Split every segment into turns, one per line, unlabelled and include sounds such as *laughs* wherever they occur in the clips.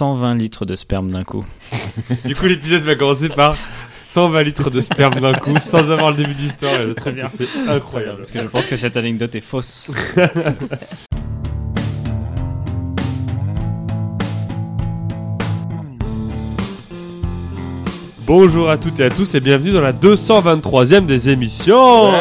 120 litres de sperme d'un coup.
Du coup, l'épisode va commencer par 120 litres de sperme d'un coup, sans avoir le début de l'histoire. Et je trouve que c'est incroyable.
Parce que je pense que cette anecdote est fausse.
Bonjour à toutes et à tous et bienvenue dans la 223e des émissions.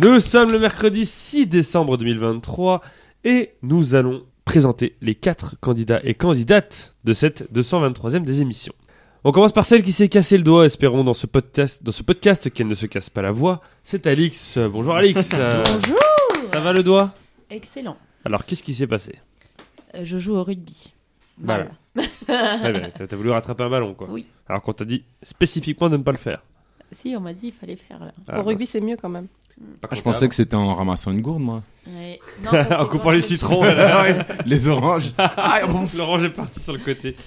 Nous sommes le mercredi 6 décembre 2023 et nous allons présenter les 4 candidats et candidates de cette 223e des émissions. On commence par celle qui s'est cassée le doigt, espérons, dans ce podcast, dans ce podcast qu'elle ne se casse pas la voix. C'est Alix. Euh, Bonjour Alix. Euh,
Bonjour
Ça va le doigt
Excellent.
Alors qu'est-ce qui s'est passé
Euh, Je joue au rugby.
Voilà. Ouais, ben, t'as- T'as voulu rattraper un ballon quoi.
Oui.
Alors qu'on t'a dit spécifiquement de ne pas le faire.
Si, on m'a dit il fallait faire là.
Ah,
Au rugby, c'est mieux quand même.
Par
Ah, je
contre,
pensais que c'était en ramassant une gourde, moi.
Ouais. Non, ça,
*laughs*
c'est
En
pas
coupant
un
les
truc.
citrons. voilà.
Les oranges.
Ah, Laurent, j'ai parti sur le côté.
*laughs*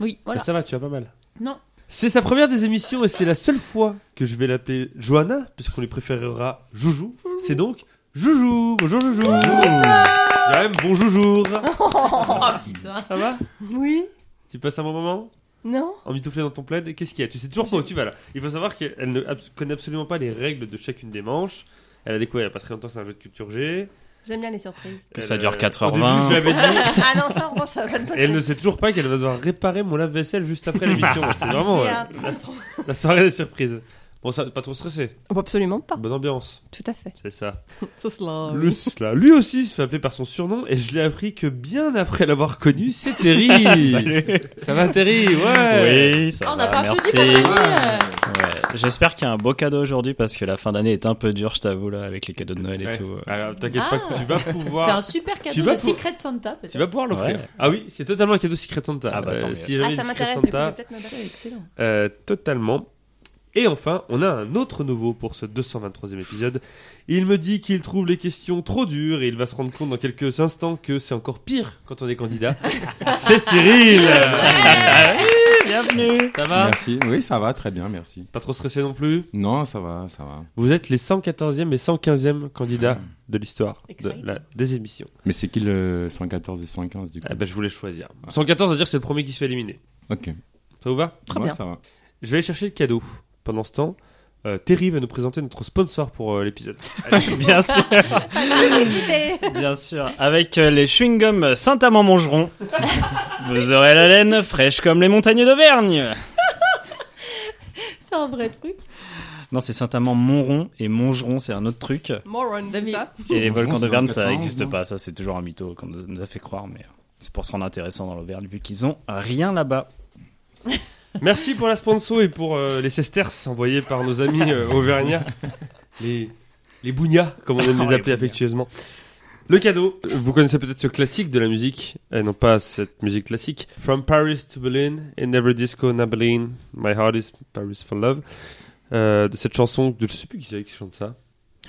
Oui, voilà.
ça va, tu as pas mal.
Non.
C'est sa première des émissions et c'est la seule fois que je vais l'appeler Johanna, puisqu'on lui préférera Joujou. C'est donc Joujou. Bonjour Joujou. J'ai même bonjour.
Oh putain.
Ça va
*laughs* Oui
Tu passes un bon moment
Non
En mitouflé dans ton plaid Qu'est-ce qu'il y a Tu sais toujours pas où tu vas là. Il faut savoir qu'elle ne abs- connaît absolument pas les règles de chacune des manches. Elle a découvert il y a pas très longtemps que c'est un jeu de culture G.
J'aime bien les surprises.
Que
Elle,
ça dure
euh,
4h20.
Au début, je lui avais dit. *laughs*
ah non, ça en revanche, ça va pas
Et elle ne sait toujours pas qu'elle va devoir réparer mon lave-vaisselle juste
*laughs*
après l'émission. C'est vraiment
J'ai
euh,
hein.
hâte.
la, la soirée des surprises. Bon, ça, pas trop stressé.
Oh, bah, Absolument pas.
Bonne ambiance.
Tout à *laughs* fait. Ah,
C'est ça.
Ça
Ah
cela.
Le cela. Lui aussi se fait appeler par son surnom et je l'ai appris que bien après l'avoir connu, c'est
*laughs*
Terry. ça va Terry Ouais.
Oui, ça
Ah,
va,
on n'a pas applaudi
merci.
Patrick. euh,
Ouais. J'espère qu'il y a un beau cadeau aujourd'hui parce que la fin d'année est un peu dure, je t'avoue, là, avec les cadeaux de Noël et
Ouais.
tout.
Alors t'inquiète
Ah.
pas que tu vas
C'est un
pouvoir.
super cadeau
Tu
de
vas pour-
Secret Santa. peut-être.
Tu vas pouvoir l'offrir.
Ouais.
Ah oui, c'est totalement un cadeau Secret Santa. Euh,
Ah bah, tant mieux.
si jamais
Ah, ça
du Secret
m'intéresse, du coup, je
Santa,
vais peut-être me battre.
Ouais, excellent.
Euh, totalement. Et enfin, on a un autre nouveau pour ce 223e épisode. Il me dit qu'il trouve les questions trop dures et il va se rendre compte dans quelques instants que c'est encore pire quand on est
*laughs*
candidat. c'est Cyril
Bienvenue
Ça va
Merci. Oui, ça va, très bien, merci.
Pas trop stressé non plus
Non, ça va, ça va.
Vous êtes les 114e et 115e candidats
Hmm.
de l'histoire de
Exciting.
la, des émissions.
Mais c'est qui le 114 et 115 du coup
Eh
Euh,
ben,
Ah bah, je voulais choisir. 114, à dire que c'est le premier qui se fait éliminer.
Ok.
Ça vous va
Très
Moi,
bien.
Ça va.
Je vais aller chercher le cadeau. Pendant ce temps, euh, Terry va nous présenter notre sponsor pour euh, l'épisode.
Bien sûr,
Ah, je vais m'exciter.
bien sûr. Avec euh, les chewing-gums
*laughs*
Saint-Amand-Mongeron, vous aurez la laine fraîche comme les montagnes d'Auvergne.
C'est un vrai truc.
Non, c'est Saint-Amand-Monron et Mongeron, c'est un autre truc.
*laughs* Moron,
Demi-
c'est ça
Et les
Mongeron,
volcans
c'est
d'Auvergne,
dans
ça
91,
n'existe
non
pas. Ça, c'est toujours un mytho qu'on nous- nous a fait croire, mais euh, c'est pour se rendre intéressant dans l'Auvergne, vu qu'ils ont rien là-bas.
Merci pour la sponsor et pour euh, les sesterces envoyés par nos amis euh, auvergnats. Les, les bougnas, comme on aime
Oh,
les
les
appeler
bougnas.
affectueusement. Le cadeau, Euh, vous connaissez peut-être ce classique de la musique, et non pas cette musique classique. From Paris to Berlin, in every disco in Berlin, my heart is Paris for love. Euh, de cette chanson, de, je sais plus qui c'est qui chante ça.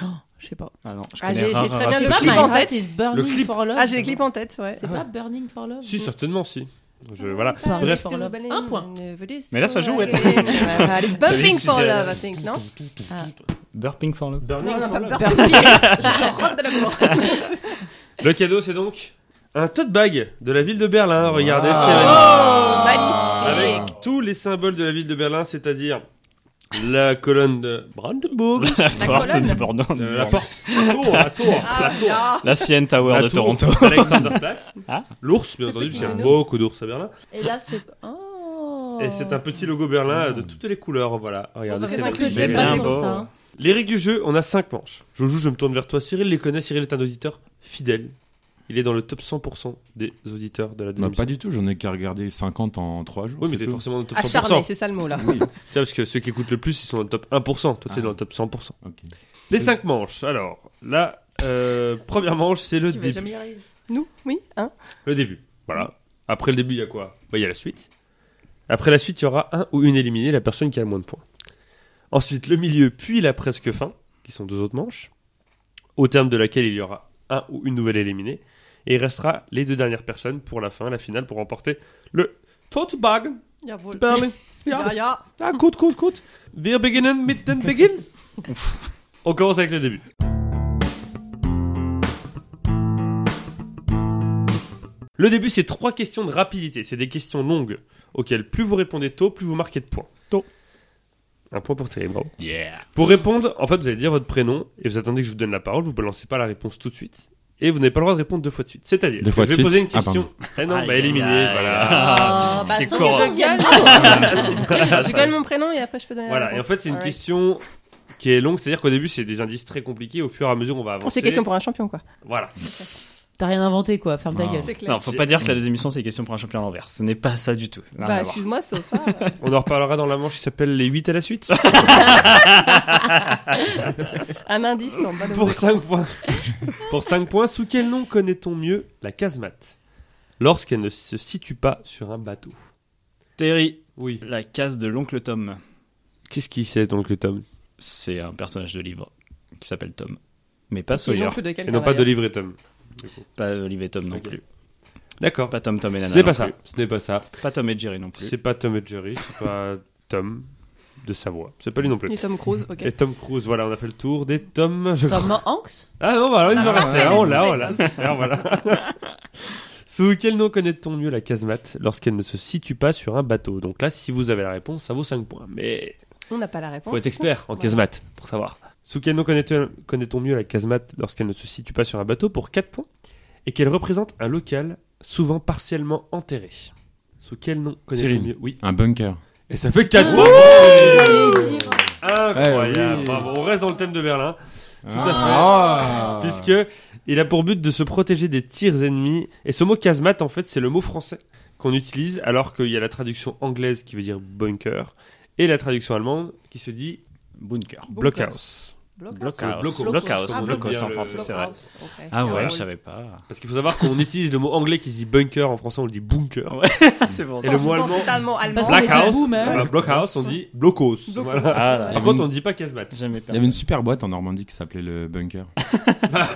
Oh, je sais pas.
Ah non.
Ah, j'ai
rare
j'ai très bien
C'est
le
pas
clip
My
en
Heart
tête.
is Burning
Le clip.
for Love.
Ah, j'ai les clips en tête, ouais.
C'est pas Burning for Love
Si,
non
certainement, si. Je, voilà.
Paris
Bref.
for Love. Un point.
euh,
Mais là, ça joue, ouais.
*laughs*
It's bumping
J'avais dit
for
que
love, I think,
*laughs*
non
Burping for love.
Burning
Non, non,
for
pas
love.
*laughs* Burning.
Je rentre de l'amour.
Le cadeau, c'est donc un tote bag de la ville de Berlin. Regardez,
Wow.
c'est
Magnifique.
Ah. Avec tous les symboles de la ville de Berlin, c'est-à-dire la colonne de Brandenburg,
La
colonne.
porte de Bordeaux.
euh, la porte, la tour, la tour,
Ah,
la tour,
là.
La CN Tower
la
de
tour,
Toronto.
Alexanderplatz,
Ah.
l'ours, bien entendu, parce qu'il y a beaucoup d'ours à Berlin.
Et là, c'est. Oh.
Et c'est un petit logo Berlin euh, de toutes les couleurs, voilà. Regardez,
Regardez,
c'est
faire un
magnifique.
club
C'est
bien
bien
beau.
beau.
ça. hein.
Les règles du jeu, on a 5 manches. Joujou, je me tourne vers toi. Cyril les connaît, Cyril est un auditeur fidèle. Il est dans le top 100% des auditeurs de la
Bah,
deuxième
pas du tout, j'en ai qu'à regarder 50 en 3 jours.
Oui, mais
c'est
t'es
tout.
forcément dans le top 100%.
Acharné, c'est ça le mot là.
Oui,
Tu vois, parce que ceux qui écoutent le plus, ils sont dans le top 1%. Toi, t'es
Ah.
dans le top 100%.
*laughs* ok.
Les 5 manches, alors, là, euh, première manche, c'est le
Tu vas
début.
jamais y arriver.
Nous Oui Hein
Le début, voilà. Après le début, il y a quoi Bah, Il y a la suite. Après la suite, il y aura un ou une éliminée, la personne qui a le moins de points. Ensuite, le milieu, puis la presque fin, qui sont deux autres manches, au terme de laquelle il y aura un ou une nouvelle éliminée. Et il restera les deux dernières personnes pour la fin, la finale, pour remporter le tote bag
Jawohl.
Berlin.
Ja, ja.
Ah, gut, gut, gut. Wir beginnen mit dem Beginn. On commence avec le début. Le début, c'est trois questions de rapidité. C'est des questions longues auxquelles plus vous répondez tôt, plus vous marquez de points.
Tôt.
Un point pour Thierry, bravo.
Yeah.
Pour répondre, en fait, vous allez dire votre prénom et vous attendez que je vous donne la parole. Vous balancez pas la réponse tout de suite et vous n'avez pas le droit de répondre deux fois de suite. C'est-à-dire,
Deux
que
fois
je vais
de suite
poser une
Ah,
question. Eh non,
Aïe,
bah
aïe,
éliminé,
aïe.
voilà.
Ah,
bah,
c'est
sans
court.
les deuxièmes.
Je gagne mon prénom et après je peux donner. la
Voilà. Et en
réponse.
fait, c'est une
Euh, Alright.
question qui est longue. C'est-à-dire qu'au début, c'est des indices très compliqués. Au fur et à mesure, on va avancer.
C'est question pour un champion quoi.
Voilà.
T'as rien inventé quoi, ferme ta
Non.
gueule.
C'est clair.
Non, faut pas dire que la deuxième émission c'est question pour un champion à l'envers. Ce n'est pas ça du tout. Rien
Bah
à voir.
excuse-moi, Sofa.
On en reparlera dans la manche qui s'appelle les 8 à la suite. *laughs*
un indice en bas de
Pour 5 points. Pour 5 points, sous quel nom connaît-on mieux la casemate Lorsqu'elle ne se situe pas sur un bateau.
Terry,
Oui.
la case de l'oncle Tom.
Qu'est-ce qui sait donc le tome
C'est un personnage de livre qui s'appelle Tom. Mais pas
Et
Sawyer,
non plus de
Et
quelqu'un.
non pas de
d'ailleurs.
livre et tome.
pas Olivier Tom non
Ok.
plus.
D'accord.
Pas Tom, Tom et Nana.
Ce n'est
non
pas ça.
plus.
Ce n'est pas ça.
Pas Tom et Jerry non plus.
C'est pas Tom et Jerry. C'est pas Tom de Savoie. C'est pas lui non plus.
Et Tom Cruise, ok.
Et Tom Cruise, voilà, on a fait le tour des tomes. Je...
Tom Hanks
Ah non, bah alors il nous en
Ah,
restait
ouais.
un, on l'a, on l'a. oh *laughs* Alors, voilà. Sous quel nom connaît-on mieux la casemate lorsqu'elle ne se situe pas sur un bateau Donc là, si vous avez la réponse, ça vaut 5 points. Mais
On n'a pas la réponse.
faut être expert en
Voilà.
casemate pour savoir. Sous quel nom connaît-on connaît-on mieux la casemate lorsqu'elle ne se situe pas sur un bateau pour 4 points et qu'elle représente un local souvent partiellement enterré Sous quel nom connaît-on
Cyril.
mieux Oui.
Un bunker.
Et ça fait 4
Ah,
points
j'allais dire.
Incroyable
Eh oui.
Bravo. On reste dans le thème de Berlin.
Tout
à fait.
Ah.
à
puisque il a pour but de se protéger des tirs ennemis. Et ce mot casemate, en fait, c'est le mot français qu'on utilise, alors qu'il y a la traduction anglaise qui veut dire bunker et la traduction allemande qui se dit
Bunker.
blockhouse.
Blockhouse.
Blockhouse.
Blockhouse,
Ah,
blockhouse en
blockhouse.
français, c'est vrai.
Blockhouse, ok.
Ah
ouais,
ouais,
je
je savais pas.
Parce qu'il faut savoir qu'on *laughs* utilise le mot anglais qui se dit bunker en français, on le dit bunker.
Ouais. c'est bon.
Et le mot
Franchement,
allemand-
c'est allemand, allemand.
Parce qu'on est
Blackhouse,
tabou, mais-
voilà, blockhouse, on dit blockhouse.
Blockhouse.
Voilà.
Ah, là,
Par contre, on ne dit pas casemate.
jamais
Il y avait
personne.
une super boîte en Normandie qui s'appelait le bunker.
Ah,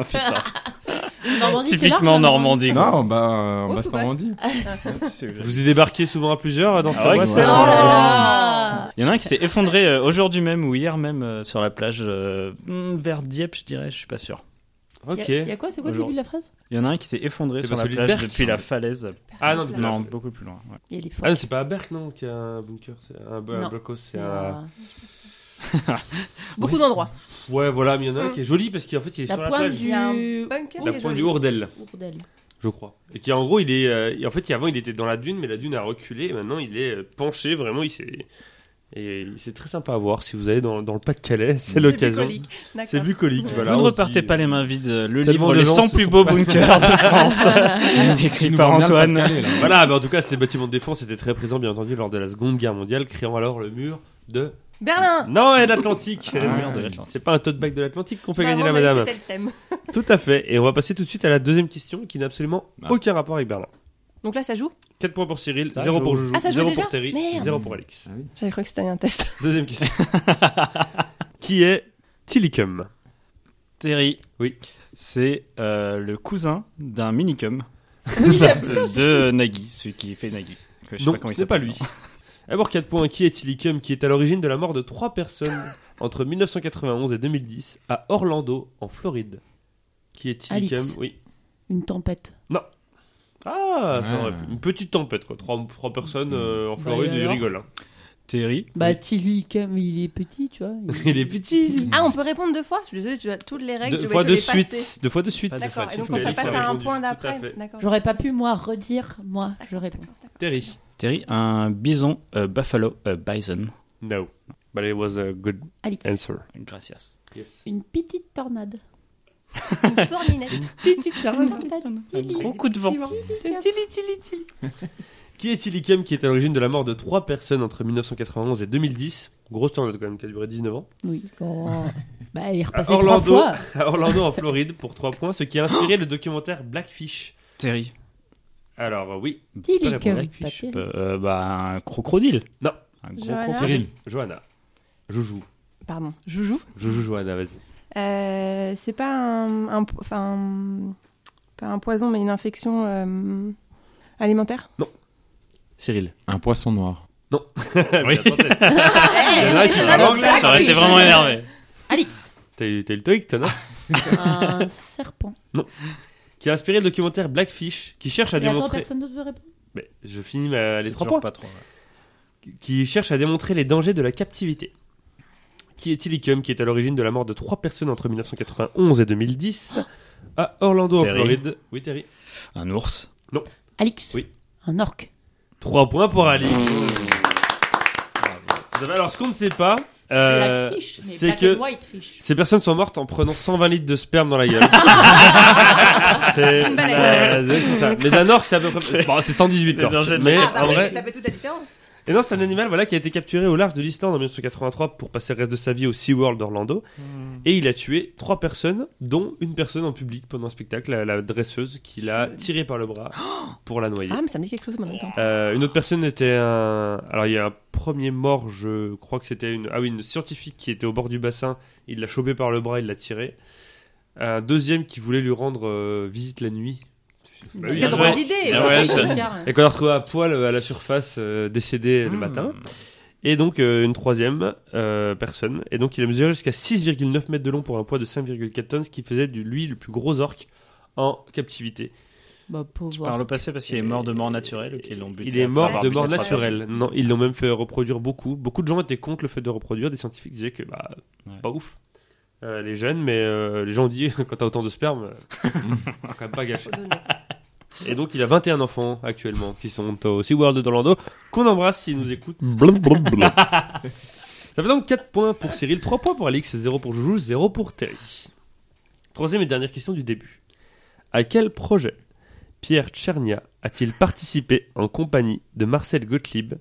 *laughs*
putain.
Normandie, c'est hein. large,
Typiquement
la
Normandie. quoi.
non, bah, euh, en
Oh,
Basse-Normandie.
Vous y débarquez souvent à plusieurs euh, dans
Ah
cette
ouais,
boîte
excellent.
Oh
Ouais.
là là
Il y en a un qui s'est effondré euh, aujourd'hui même ou hier même euh, sur la plage euh, hmm, vers Dieppe, je dirais, je suis pas sûr.
Ok.
Y a- y a quoi C'est quoi le début de la phrase
Il y en a un qui s'est effondré
C'est
sur
pas
la
celui de
plage
Berck
depuis la falaise.
Ah non, depuis la-
Non, beaucoup plus loin. ouais.
Il est
Ah non,
fort.
c'est pas à Berck non qui a un bunker, c'est un, un
Non.
blockhouse, c'est euh,
C'est,
un...
euh,
*laughs*
Beaucoup d'endroits.
Ouais, voilà, mais il y en a un
Mm.
qui est joli parce qu'en fait, il est
La
sur la
pointe
plage.
du.
Il y a un bunker.
La
il est
pointe
joli.
du Hourdel,
Bourdel.
je crois. Et qui, en gros, il est. euh, et en fait, avant, il était dans la dune, mais la dune a reculé. Et maintenant, il est euh, penché, vraiment. Il s'est. Et c'est très sympa à voir. Si vous allez dans, dans le Pas-de-Calais, *laughs* c'est l'occasion.
bucolique. D'accord.
C'est bucolique,
Vous
voilà.
Vous
on
ne
se
repartez
dit-
pas les mains vides. euh, Le
Tellement
livre
de
Les
gens
100
se
plus
sont
beaux
pas- *laughs*
bunkers de France, *laughs* écrit
nous
par
vend bien le
Antoine.
*laughs*
Pas-de-Calais, là.
Voilà, mais en tout cas, ces bâtiments de défense étaient très présents, bien entendu, lors de la Seconde Guerre mondiale, créant alors le mur de.
Berlin
Non, et l'Atlantique *laughs*
Ah,
merde, l'Atlantique.
C'est pas un tote bag de l'Atlantique qu'on fait
Bah,
gagner la
bon, bah,
madame.
C'était le thème.
Tout à fait. Et on va passer tout de suite à la deuxième question qui n'a absolument
Ah.
aucun rapport avec Berlin.
Donc là, ça joue
4 points pour Cyril,
Ça
0
joue.
pour Joujou,
Ah, ça joue
0
déjà
pour Terry,
Merde.
0 pour Alex.
J'avais cru que c'était un test.
Deuxième question. *laughs* qui est Tillicum
Terry.
Oui.
C'est euh, le cousin d'un
*laughs*
minicum
Oui, j'ai-
de Nagui, celui qui fait Nagui. que je sais
Non,
pas comment il
ce n'est pas
s'appelle.
lui. D'abord 4 points. Qui est Tillicum qui est à l'origine de la mort de 3 personnes entre 1991 et 2010 à Orlando, en Floride Qui est Tillicum
Alix.
Oui.
Une tempête.
Ah, ça
Ouais.
aurait pu. Une petite tempête, quoi. 3,
Mm.
personnes euh, en
Bah,
Floride,
et
ils
alors
rigolent. hein.
Terry.
Bah, Tilly, comme il est petit, tu vois. il-
*laughs* Il est petit.
Ah, on peut répondre deux fois Je suis désolée, tu as toutes les règles.
Deux
je vais
fois
te
de
les passer.
suite. Deux fois de suite.
Pas de
D'accord,
fois
et
de
donc
suite,
on
mais
ça
Alix a
passe à un
répondu.
point
Tout à
d'après.
fait.
D'accord.
J'aurais pas pu, moi, redire. Moi, je réponds.
Terry.
Terry, un bison euh, buffalo euh, bison.
No. But Bah, it was a good
Alix.
answer.
Gracias.
Yes.
Une petite tornade.
Une
*laughs*
tourninette.
Petite
Ah, Une tornade.
Un
Tilly.
gros coup de vent.
Tilly.
Qui est Tillicum qui est à l'origine de la mort de trois personnes entre 1991 et 2010 Grosse tornade quand même qui a duré 19 ans. *laughs*
Oui. Oh. Bah, elle est repassée
À
trois
Orlando.
fois.
À Orlando en Floride pour 3 points, ce qui a inspiré le documentaire Blackfish.
Terry.
Alors euh, oui,
Tilly,
la
comme.
Puis
pas
je
Terry.
peux- euh, bah, un crocodile.
Non.
Un gros
Johanna
crocodile.
Cyril.
Johanna. Joujou.
Pardon, Joujou
Joujou Johanna, vas-y.
Euh, c'est pas un, un po- enfin, un- pas un poison, mais une infection euh, alimentaire.
*laughs* Cyril.
Un poisson noir.
Oui.
Bien tenté.
Eh,
là,
oui,
tu
c'est
vas
ça,
Ah, en
le
anglais,
sac,
J'aurais
oui.
été vraiment énervé.
Alix.
Ah,
T'as eu t'as eu le toic, t'en as
Un serpent.
qui a inspiré le documentaire Blackfish, qui cherche à
Mais attends,
démontrer.
personne d'autre veut répondre
Mais je finis ma- les
C'est
trois
toujours
points.
pas trop, là.
Qui cherche à démontrer les dangers de la captivité. Qui est Illicum, qui est à l'origine de la mort de trois personnes entre 1991 et 2010 à Orlando, en
Terry.
Floride. Oui, Terry.
Un ours.
Alix
Oui.
Un orc.
Trois points pour Ali. Ça va, Alors, ce qu'on ne sait pas, euh,
Blackfish, mais
c'est
black
que
and whitefish.
ces personnes sont mortes en prenant 120 litres de sperme dans la
*laughs*
gueule. c'est
Une baleine.
bah, c'est ça. Mais un orc, c'est à peu près. C'est bon, c'est 118
C'est un
l'orque.
jet de-
Mais
Ah, bah
en
oui,
vrai,
mais ça fait toute la différence.
Et non, c'est un animal voilà, qui a été capturé au large de l'Islande en 1983 pour passer le reste de sa vie au SeaWorld d'Orlando. Et il a tué trois personnes, dont une personne en public pendant un spectacle, la, la dresseuse, qui l'a tiré par le bras pour la noyer.
Ah, mais ça me dit quelque chose en même temps.
Euh, une autre personne était un. Alors, il y a un premier mort, je crois que c'était une. Ah oui, une scientifique qui était au bord du bassin. Il l'a chopé par le bras, il l'a tiré. Un deuxième qui voulait lui rendre euh, visite la nuit. Bah oui,
T'as
un
le droit
genre.
d'idée.
Ah ouais,
Black
ça-
Joker, hein.
Et qu'on a retrouvé à poil euh, à la surface, euh, décédé
Hmm.
le matin.
Ah.
Et donc euh, une troisième euh, personne. Et donc il a mesuré jusqu'à 6,9 mètres de long pour un poids de 5,4 tonnes, ce qui faisait de lui le plus gros orque en captivité.
Bah, pauvre.
Par le passé, parce qu'il est mort de mort naturelle ou qu'ils l'ont buté
Il est
après
mort
avoir
de
buté
mort
trois
naturelle.
personnes.
Non, ils l'ont même fait reproduire beaucoup. Beaucoup de gens étaient contre le fait de reproduire. Des scientifiques disaient que bah
Ouais.
pas ouf. Euh, les jeunes, mais euh, les gens ont dit *laughs* quand t'as autant de sperme,
*laughs*
euh, faut quand même pas gâché. Et donc il a 21 enfants actuellement qui sont au SeaWorld d'Orlando qu'on embrasse s'ils nous écoutent. Blum, blum, blum. Ça fait donc 4 points pour Cyril, 3 points pour Alix, 0 pour Joujou, 0 pour Terry. Troisième et dernière question du début. À quel projet Pierre Tchernia a-t-il participé en compagnie de Marcel Gottlieb,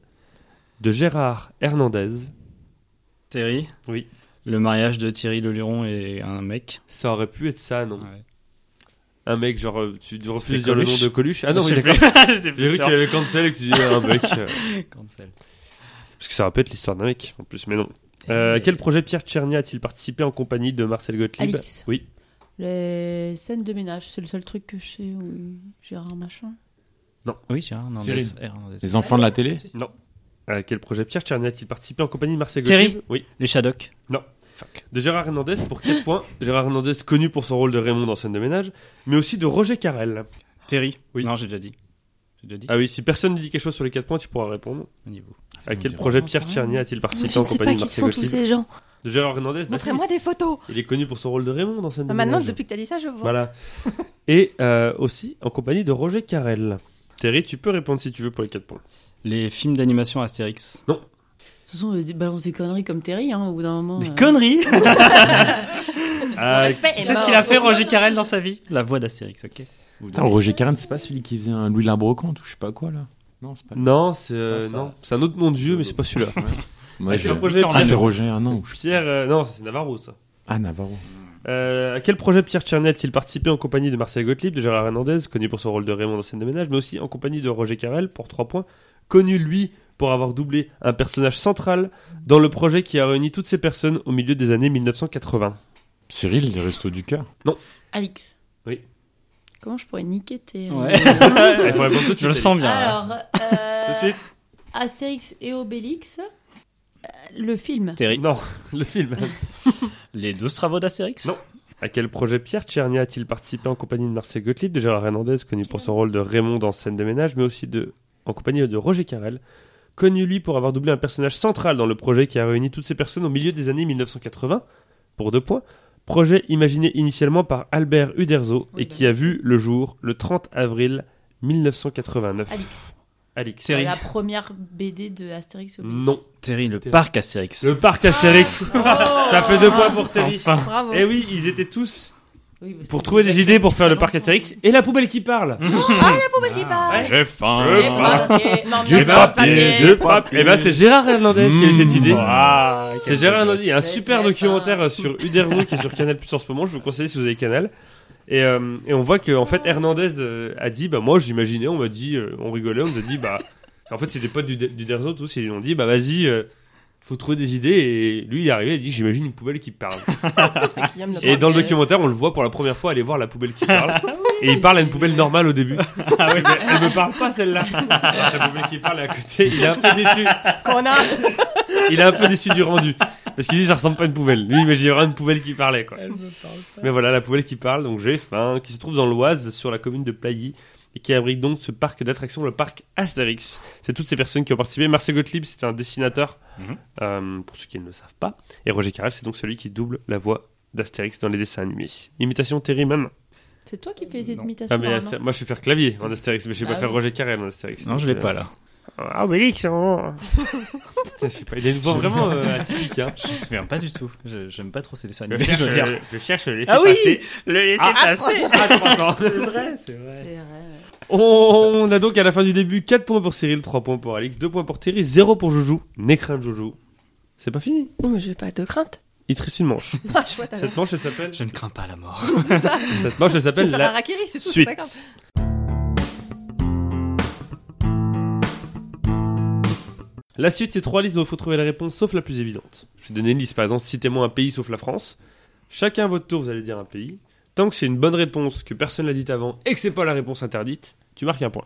de Gérard Hernandez
Terry
Oui.
Le mariage de Thierry Leluron et un mec.
Ça aurait pu être ça, non
Ouais.
Un mec, genre, euh, tu devrais
C'était
plus dire le nom
Coluche
de Coluche Ah non, oui,
j'ai
d'accord. *laughs* J'ai vu
vu
que tu l'avais cancel et que tu disais un mec. euh,
Cancel.
Parce que ça répète l'histoire d'un mec, en plus, mais non. Euh, à quel projet Pierre Tchernia a-t-il participé en compagnie de Marcel Gottlieb
Alix.
Oui.
Les scènes de ménage, c'est le seul truc que je sais où Gérard Machin.
Oui, tiens, non,
Cyril.
laisse- Hernandez.
*laughs* Les enfants de la télé
À Euh, quel projet Pierre Tchernia a-t-il participé en compagnie de Marcel
Terry.
Gottlieb Oui.
Les Shadocks.
De Gérard Hernandez pour 4 points. Gérard Hernandez connu pour son rôle de Raymond dans Scène de ménage, mais aussi de Roger Carrel.
Terry
Oui.
Non, j'ai déjà dit. J'ai déjà dit.
Ah oui, si personne ne dit quelque chose sur les 4 points, tu pourras répondre.
Au niveau.
À quel
dira
projet
rien,
Pierre
ça.
Tchernia a-t-il participé
Je
en
ne sais pas
compagnie de
qui
Marcel
sont tous
Gottlieb
ces gens.
De Gérard Hernandez, bah,
Montrez-moi des photos.
si, il est connu pour son rôle de Raymond dans Scène
Bah,
de
maintenant,
ménage.
depuis que t'as dit ça, je vois.
Voilà. *laughs* Et euh, aussi en compagnie de Roger Carrel. Terry, tu peux répondre si tu veux pour les 4 points.
Les films d'animation Astérix.
Ce sont euh, des balances des conneries comme Terry, hein, au bout d'un moment. euh.
conneries
Ah,
Respect.
Tu sais
bah,
ce qu'il a fait Roger Carrel dans sa vie La voix d'Astérix, ok.
Putain, Roger Carrel, c'est pas celui qui faisait un Louis Labrocante ou je sais pas quoi là Non, c'est pas lui.
non, c'est euh,
Pas ça.
non, c'est un autre nom de vieux, mais c'est pas celui-là. *laughs*
Ah, Ouais. Moi,
Ah,
je-
c'est un projet
Ah, c'est
Pierre,
Roger, un an. ou je-
Pierre, euh, non, ça, c'est Navarro ça.
Ah, Navarro.
Euh, à quel projet Pierre Tchernia a-t-il participé en compagnie de Marcel Gottlieb, de Gérard Hernandez, connu pour son rôle de Raymond dans Scène de ménage, mais aussi en compagnie de Roger Carrel pour 3 points, connu lui pour avoir doublé un personnage central dans le projet qui a réuni toutes ces personnes au milieu des années 1980
Cyril, les restos du cœur.
Alix.
Oui.
Comment je pourrais niquer Terry
Ouais.
Ah, il faut répondre tout de
Je le
suite,
sens bien. là.
Alors, euh,
Alice. *laughs* Tout de suite
Astérix et Obélix, euh, le film.
Terry.
Non, *laughs* le film.
Les 12 travaux d'Astérix
Non. À quel projet Pierre Tchernia a-t-il participé en compagnie de Marcel Gottlieb, de Gérard Hernandez, connu pour son rôle de Raymond dans Scène de ménage, mais aussi de, en compagnie de Roger Carrel, connu lui pour avoir doublé un personnage central dans le projet qui a réuni toutes ces personnes au milieu des années 1980, pour deux points, projet imaginé initialement par Albert Uderzo
Oui,
et
bah.
qui a vu le jour le 30 avril 1989.
Alix.
Alix.
La première BD de Astérix et Obélix. Oh
Non.
Terry, le
Terry.
parc Astérix.
Le parc Astérix.
Ah.
Ça fait deux points pour Terry.
Enfin.
Bravo.
Eh oui, ils étaient tous
Oui, bah,
pour
c'est-
trouver des idées pour faire le parc
Valentin.
Astérix et la poubelle qui parle.
Comment il va
Ouais.
Ah, J'ai faim.
Le
Eh bah, eh, non, mais-
du papier. Eh ben c'est Gérard Hernandez qui a eu cette idée. c'est Gérard Hernandez. Il y a un
C'est
super
très
documentaire
fin.
sur Uderzo qui est sur Canal Plus en ce moment. Je vous conseille si vous avez Canal. Et, euh, et on voit que en fait Hernandez euh, a dit bah moi j'imaginais on m'a dit euh, on rigolait on nous a dit bah en fait c'est des potes du, du Derzo tous ils lui ont dit bah vas-y euh, faut trouver des idées et lui il est arrivé il a dit j'imagine une poubelle qui parle
Ah,
et dans le documentaire on le voit pour la première fois aller voir la poubelle qui parle et il parle à une poubelle normale au début ah oui mais elle me parle pas celle-là Alors que la poubelle qui parle est à côté il est un peu déçu
*laughs*
Connasse.
il est un peu déçu du rendu. Parce qu'il dit ça ressemble pas à une poubelle. Lui, il imaginait vraiment une poubelle qui parlait, quoi.
Elle me parle pas.
Mais voilà, la poubelle qui parle, donc j'ai faim, qui se trouve dans l'Oise, sur la commune de Plailly, et qui abrite donc ce parc d'attractions, le parc Astérix. C'est toutes ces personnes qui ont participé. Marcel Gottlieb, c'était un dessinateur,
Mhm.
euh, pour ceux qui ne le savent pas. Et Roger Carrel, c'est donc celui qui double la voix d'Astérix dans les dessins animés. Imitation Terry Mann.
C'est toi qui fais les
Non.
imitations.
Ah, mais
normalement.
Asté- moi je sais faire clavier en Astérix, mais je sais pas
Ah
faire
oui.
Roger Carrel en Astérix.
Non,
donc,
je l'ai
euh,
pas là.
Ah, Obélix, hein. Putain, euh, je sais pas, il a une voix
Je-
vraiment euh, atypique. Hein.
Je me souviens pas du tout. Je- J'aime pas trop ces dessins
Je
animés.
cherche,
je veux dire.
le- je cherche le laisser
Ah oui,
passer.
le laisser
Ah,
passer. *laughs*
passer.
c'est vrai.
C'est vrai, ouais.
On a donc à la fin du début 4 points pour Cyril, 3 points pour Alix, 2 points pour Thierry, 0 pour Joujou. N'aie crainte Joujou. C'est pas fini.
Oh, mais j'ai pas de crainte.
Il te reste une manche.
Ah, chouette, alors.
Cette manche elle s'appelle.
Je ne crains pas la mort.
Cette manche elle
Je vais
s'appelle
faire
la
un rakiri, c'est tout. c'est
Suite.
pas grave.
La suite, c'est trois listes dont il faut trouver la réponse, sauf la plus évidente. Je vais donner une liste, par exemple, citez-moi un pays sauf la France. Chacun à votre tour, vous allez dire un pays. Tant que c'est une bonne réponse, que personne l'a dite avant, et que c'est pas la réponse interdite, tu marques un point.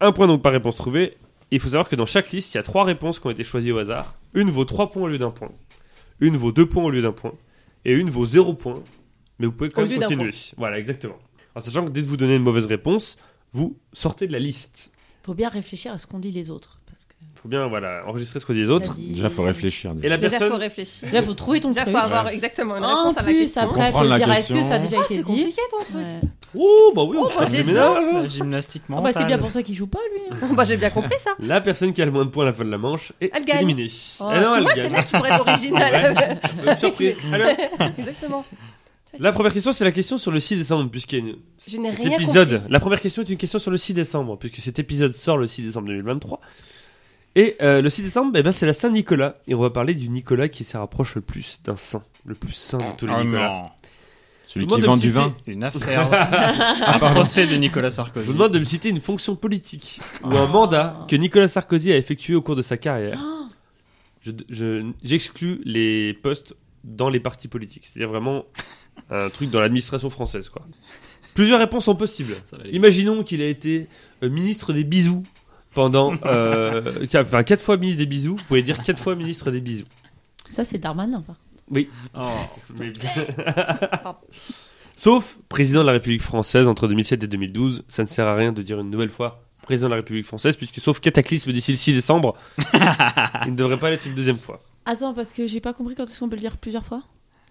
Un point donc par réponse trouvée. Il faut savoir que dans chaque liste, il y a trois réponses qui ont été choisies au hasard. Une vaut 3 points au lieu d'un point. Une vaut 2 points au lieu d'un point. Et une vaut 0 points. Mais vous pouvez quand
Au
même
lieu d'un
continuer. Voilà, exactement. En sachant que dès que vous donnez une mauvaise réponse, vous sortez de la liste.
Faut bien réfléchir à ce qu'ont dit les autres. Parce que
Faut bien voilà, enregistrer ce que dit les autres.
t'as dit-
Déjà, faut réfléchir.
Et la
Déjà,
personne
faut réfléchir.
*laughs* Déjà, faut trouver ton
Déjà,
truc.
faut avoir exactement une
en
réponse à la
plus,
question.
après, faut
Comprendre
se dire
la
est-ce que ça a déjà
Ah,
été
c'est
dit
compliqué ton truc.
Ouais.
Oh, bah oui, on se
bah,
passe
j'ai
des
dit.
ménages. hein.
Gymnastique
Ah bah, c'est bien pour ça qu'il joue pas, lui. hein.
Bon, bah, j'ai bien compris ça.
La personne qui a le moins de points à la fin de la manche est
Elle gagne.
éliminée.
Oh,
Eh non,
tu
elle
vois, c'est
gagne.
là que tu pourrais être original. *laughs*
Bonne surprise. Alors,
Exactement.
la première question, c'est la question sur le 6 décembre, puisqu'il y a une-
Je n'ai
cet
rien
épisode.
compris.
La première question est une question sur le 6 décembre, puisque cet épisode sort le 6 décembre 2023. Et euh, le 6 décembre, eh ben, c'est la Saint-Nicolas. Et on va parler du Nicolas qui se rapproche le plus d'un saint. Le plus saint de
Ah
tous les Nicolas.
Celui
Tout le
qui
monde
vend
me
du
citait.
vin.
Une
*laughs*
affaire. un procès de Nicolas
Ah, Je
Sarkozy.
vous demande de me citer une fonction politique ou un mandat que Nicolas Sarkozy a effectué au cours de sa carrière. Je- je- J'exclus les postes dans les partis politiques, c'est-à-dire vraiment un truc dans l'administration française. Quoi. Plusieurs réponses sont possibles.
Ça va aller.
Imaginons qu'il a été euh, ministre des bisous pendant... euh, qu- enfin, quatre fois ministre des bisous, vous pouvez dire quatre fois ministre des bisous.
Ça, c'est Darmanin, par contre.
Oh,
Mais- *laughs* Sauf président de la République française entre 2007 et 2012, ça ne sert à rien de dire une nouvelle fois président de la République française, puisque sauf cataclysme d'ici le 6 décembre, il ne devrait pas l'être une deuxième fois.
Attends, parce que j'ai pas compris quand est-ce qu'on peut le dire plusieurs fois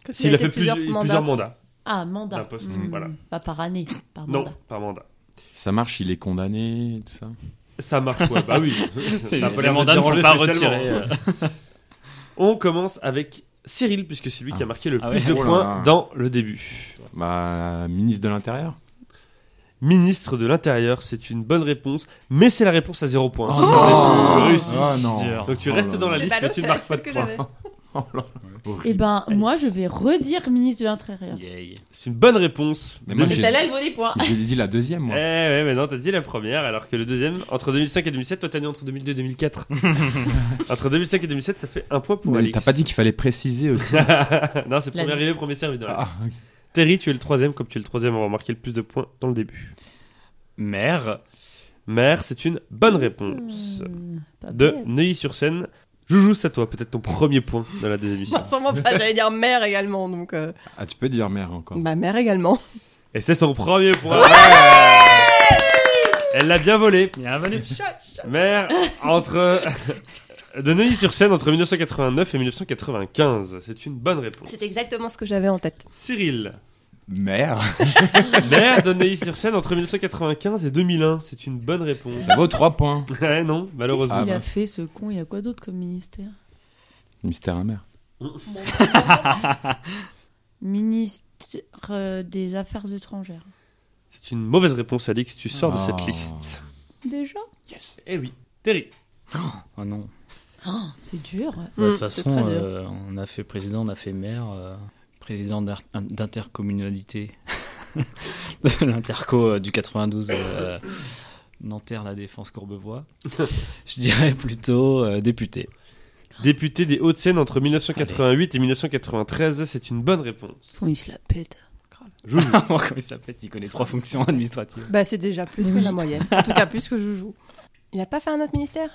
Quand il
S'il a
été
fait plusieurs, plusieurs mandats.
Ah, mandat.
Un poste,
Hmm,
voilà.
Pas par année, par
Non,
mandat.
par mandat.
Ça marche, il est condamné, tout ça.
Ça marche, ouais,
*laughs*
bah oui.
C'est-
Ça a pas
les
l'air de
mandats ne sont
déranger
pas
spécialement. hein.
retirés. euh.
On commence avec Cyril, puisque c'est lui qui a marqué le
Ah
plus
ouais.
de
Oh là
points
là.
dans le début.
Bah, ministre de l'Intérieur.
Ministre de l'Intérieur, c'est une bonne réponse, mais c'est la réponse à zéro
Oh
point. Réussi.
Ah, non.
Dur.
Donc tu
Oh
restes
là
dans la
là.
liste,
C'est
mais tu ne
ballot,
marques
c'est la seule
pas de points.
que j'avais.
Oh là là.
Eh ben, moi, je vais redire ministre de l'Intérieur.
Yay.
C'est une bonne réponse.
Mais moi,
Mais
j'ai-
Celle-là, elle vaut des points.
J'ai dit la deuxième,
Eh
moi.
ouais, mais non, t'as dit la première, alors que le deuxième, entre 2005 et 2007, toi t'as né entre 2002 et
*laughs*
2004. entre 2005 et 2007, ça fait un point pour
Mais
Alix.
t'as pas dit qu'il fallait préciser aussi.
*laughs* non, c'est premier
L'année.
arrivé, premier servi. dans la
Ah,
liste. Terry, tu es le troisième, comme tu es le troisième, on va marquer le plus de points dans le début.
Mère.
Mère, c'est une bonne réponse.
Hmm, pas
De
bête.
Neuilly-sur-Seine. Joujou, c'est à toi, peut-être ton premier point dans la deuxième
*laughs*
émission.
Bah, sûrement pas, j'allais dire mère également, donc euh,
Ah, tu peux dire mère encore.
bah mère également.
Et c'est son premier point. Elle l'a bien volé.
Bienvenue.
Mère entre *laughs* de Neuilly-sur-Seine entre 1989 et 1995. C'est une bonne réponse.
C'est exactement ce que j'avais en tête.
Cyril.
Mère
Maire de Neuilly-sur-Seine entre 1995 et 2001. C'est une bonne réponse.
Ça vaut 3 points.
*laughs* Ouais, non,
Qu'est-ce
malheureusement.
Ah,
qu'il a
bah.
fait, ce con Il y a quoi d'autre comme ministère
Mystère amer.
Ministre euh, des Affaires étrangères.
C'est une mauvaise réponse, Alix. Tu sors de
Ah.
cette liste.
Déjà
Eh oui. Terry.
Oh non.
Ah, C'est dur.
Mm,
Bah, De toute
c'est
façon,
très dur.
euh, on a fait président, on a fait maire, euh, président d'ar- d'intercommunalité *laughs* de l'interco euh, du 92 euh, Nanterre, la Défense, Courbevoie. Je dirais plutôt euh, député.
Député des Hauts-de-Seine entre 1988 et 1993. C'est une bonne réponse.
Faut il se la pète.
*laughs*
Joujou.
Comment il s'appelle Il connaît trois fonctions
*laughs*
administratives.
Bah c'est déjà plus que la moyenne. En tout cas, plus que Joujou. Il a pas fait un autre ministère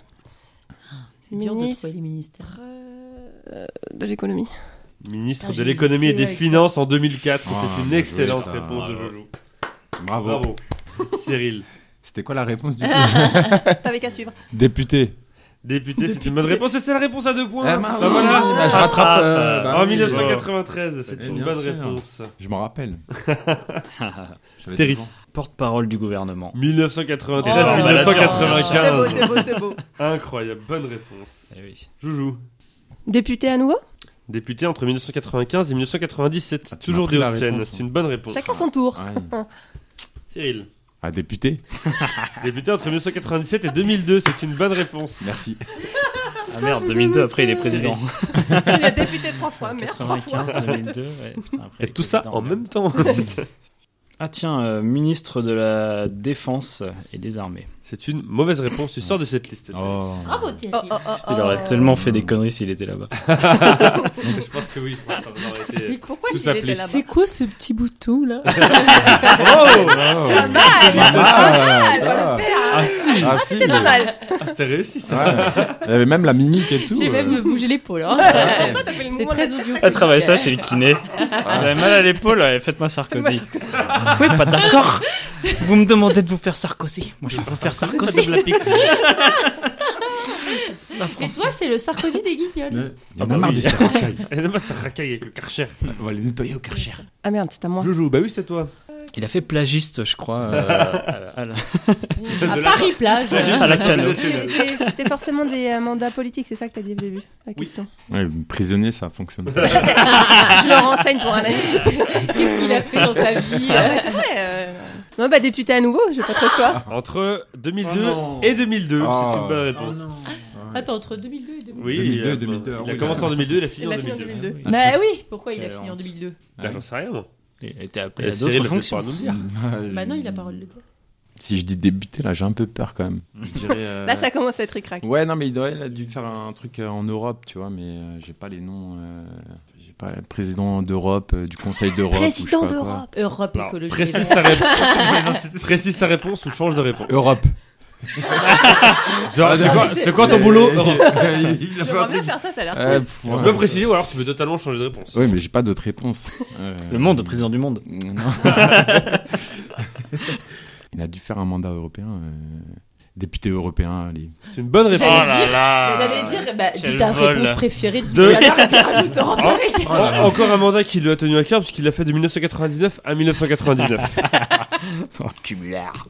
C'est dur de
Ministre.
trouver les ministères.
Euh,
euh, de l'économie.
Ministre
Ah,
de
j'ai
l'économie et
hésité
des
avec ça.
finances en 2004.
Ah,
C'est une
bien joué,
excellente
ça.
réponse de
Bravo.
Jojo.
Bravo.
Bravo. *laughs* Cyril.
C'était quoi la réponse du coup
T'avais qu'à suivre.
Député.
Député, c'est une bonne réponse et c'est la réponse à deux points.
Ah,
Bah
bah, oui,
voilà.
bah, je
Ah,
rattrape.
Ah,
euh, bah
en
oui,
1993, c'est
Eh
une
bien
bonne
sûr.
réponse.
Je m'en rappelle. J'avais
Terry.
deux ans.
Porte-parole du gouvernement.
1993,
Oh, bah, la
C'est beau,
1995.
c'est beau, c'est beau.
Incroyable, bonne réponse.
Eh oui.
Joujou.
Député à nouveau
Député entre 1995 et 1997.
Ah, tu
toujours
m'as
des
pris la
Hauts-de-Seine.
réponse,
C'est une bonne réponse.
Chacun son tour.
Ouais.
Cyril.
Ah, député
Député entre 1997 et 2002. C'est une bonne réponse.
Merci.
Ah merde, 2002, après il est président.
Il a député trois fois, Ah, merde, trois fois.
95, 2002, ouais, putain, après,
Et
il est
tout ça
président,
en
merde.
même temps.
Ah tiens, euh, ministre de la Défense et des Armées.
C'est une mauvaise réponse. Tu sors de cette liste. Thierry.
Oh.
Bravo Thierry.
Oh, oh, oh, oh.
Il aurait tellement fait des conneries s'il était là-bas.
Je pense que oui. je pense qu'on aurait été-
Mais pourquoi
Tout
il était
s'applique.
là-bas
C'est quoi ce petit bouton là
Pas mal Ah, ah, si Ah, si
C'était pas mal.
Ah, c'était réussi ça.
Ouais. Il y avait même la mimique et tout.
J'ai
euh.
même bougé l'épaule. hein.
Ah,
Ouais.
Ça, t'as fait le
C'est
mouvement
très
de-
audio.
Elle travaille ça chez le kiné. Elle a mal à l'épaule, ouais, Ah. faites-moi Sarkozy. Oui, pas *laughs* d'accord. Vous me demandez de vous faire Sarkozy. Moi, je vais vous faire Sarkozy. La
Et
France.
toi, c'est le Sarkozy des guignols.
Ouais. Il y
Ah,
en
bah
a marre
oui.
de ça.
*laughs* Elle n'a pas de se racaille avec le Karcher.
On va les nettoyer au Karcher.
Ah merde, c'est à moi.
Joujou, bah oui, c'était toi.
Il a fait plagiste, je crois. euh, à la- à la-
Mm. À Paris plage.
Ah,
à
*laughs*
la cano.
C'est- c'est- C'était forcément des euh, mandats politiques, c'est ça que t'as dit au début, la question.
Ouais, prisonnier, ça fonctionne.
Je me renseigne pour un ami.
Qu'est-ce qu'il a fait dans sa vie
Ah ouais, c'est vrai. euh. Non, bah député à nouveau, j'ai pas trop le choix.
Entre 2002
Oh non.
et 2002,
Ah.
c'est une bonne réponse.
Attends, entre 2002 et 2002.
Oui,
2002,
il a,
2002,
il a
oui.
commencé en 2002, il a fini
Il
en
a fini en
2002.
2002.
Bah oui, pourquoi il a
Quelle
fini en
honte.
2002
Ah, J'en sais rien, moi.
Il a été appelé
Et
à d'autres fonctions.
nous le dire.
Bah non, il a parole de quoi
*laughs* Si je dis débuter, là, j'ai un peu peur quand même.
euh,
Là, ça commence à être ricrac.
Ouais, non, mais il, doit, il a dû faire un truc euh, en Europe, tu vois, mais euh, j'ai pas les noms. euh, j'ai pas le président d'Europe, euh, du Conseil d'Europe. ou je sais
Président
pas quoi.
d'Europe.
Europe
Alors,
écologique.
précise, ta
*laughs*
réponse, précise ta réponse ou change de réponse. *laughs*
Europe.
Genre,
Ah,
c'est
d'accord.
quoi- c'est quoi ton boulot Europe
*laughs* il, il a fait un
J'aimerais bien
truc.
faire ça, ça a l'air
Ah,
Euh,
cool.
pff,
Tu
ouais.
peux préciser ou alors tu peux totalement changer de réponse.
Oui, mais j'ai pas d'autres réponses. Euh,
Le monde, président du monde.
non. il a dû faire un mandat européen. euh, député européen, allez.
C'est une bonne réponse.
J'allais dire-
là
J'allais
Ah,
dire, bah, dis
quel
ta
vol.
réponse préférée
Deux.
de la rajoute Europe
Oh.
avec.
En- encore un mandat qui lui a tenu à cœur parce qu'il l'a fait de 1999 à 1999. *laughs*
Cumulard.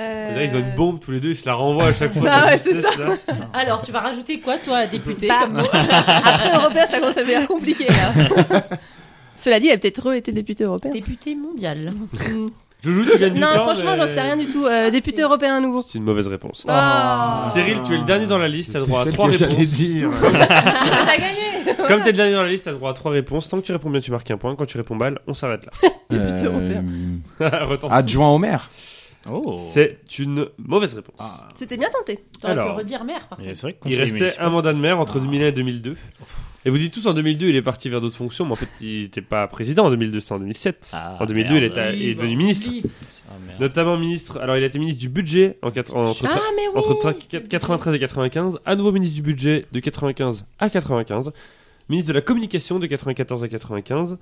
Euh,
On dirait qu'ils ont une bombe tous les deux, ils se la renvoient à chaque fois.
Ah ouais, c'est ça.
Alors, tu vas rajouter quoi, toi, député
Bah,
comme mot
Après européen, ça commence à devenir compliqué là. Cela dit, il a peut-être re été député européen.
Député mondial.
*laughs* Joujou, tu gagnes du
Non,
temps,
franchement,
mais- Oh.
j'en sais rien du tout. Euh, député européen à nouveau.
C'est une mauvaise réponse.
Ah.
Cyril, tu es le dernier dans la liste, t'as droit à
C'était celle
trois
que J'allais
réponses. *laughs*
dire.
T'as gagné
Comme t'es le dernier dans la liste, t'as droit à trois réponses. Tant que tu réponds bien, tu marques un point. Quand tu réponds mal, on s'arrête
Euh,
européen.
là. *laughs* Retentis.
Adjoint au maire.
Ah,
Oh.
C'est une mauvaise réponse.
C'était bien tenté.
T'aurais pu
Alors.
redire mère, par
Et
contre.
C'est vrai que
il
conseiller
restait
municipal,
un mandat de maire entre
Ah.
2001 et 2002. Et vous dites tous en 2002, il est parti vers d'autres fonctions, mais en fait, il n'était pas président en 2002, c'était en 2007.
Ah,
en 2002, il,
merde.
était-
t'as-
il est
Oui,
devenu
bon,
ministre.
oublie.
c'est- ah, merde.
Notamment ministre. Alors, il a été ministre du budget en quatre- en- entre,
Ah, mais oui
entre 93 et 95. À nouveau ministre du budget de 95 à 95. Ministre de la communication de 94 à 95.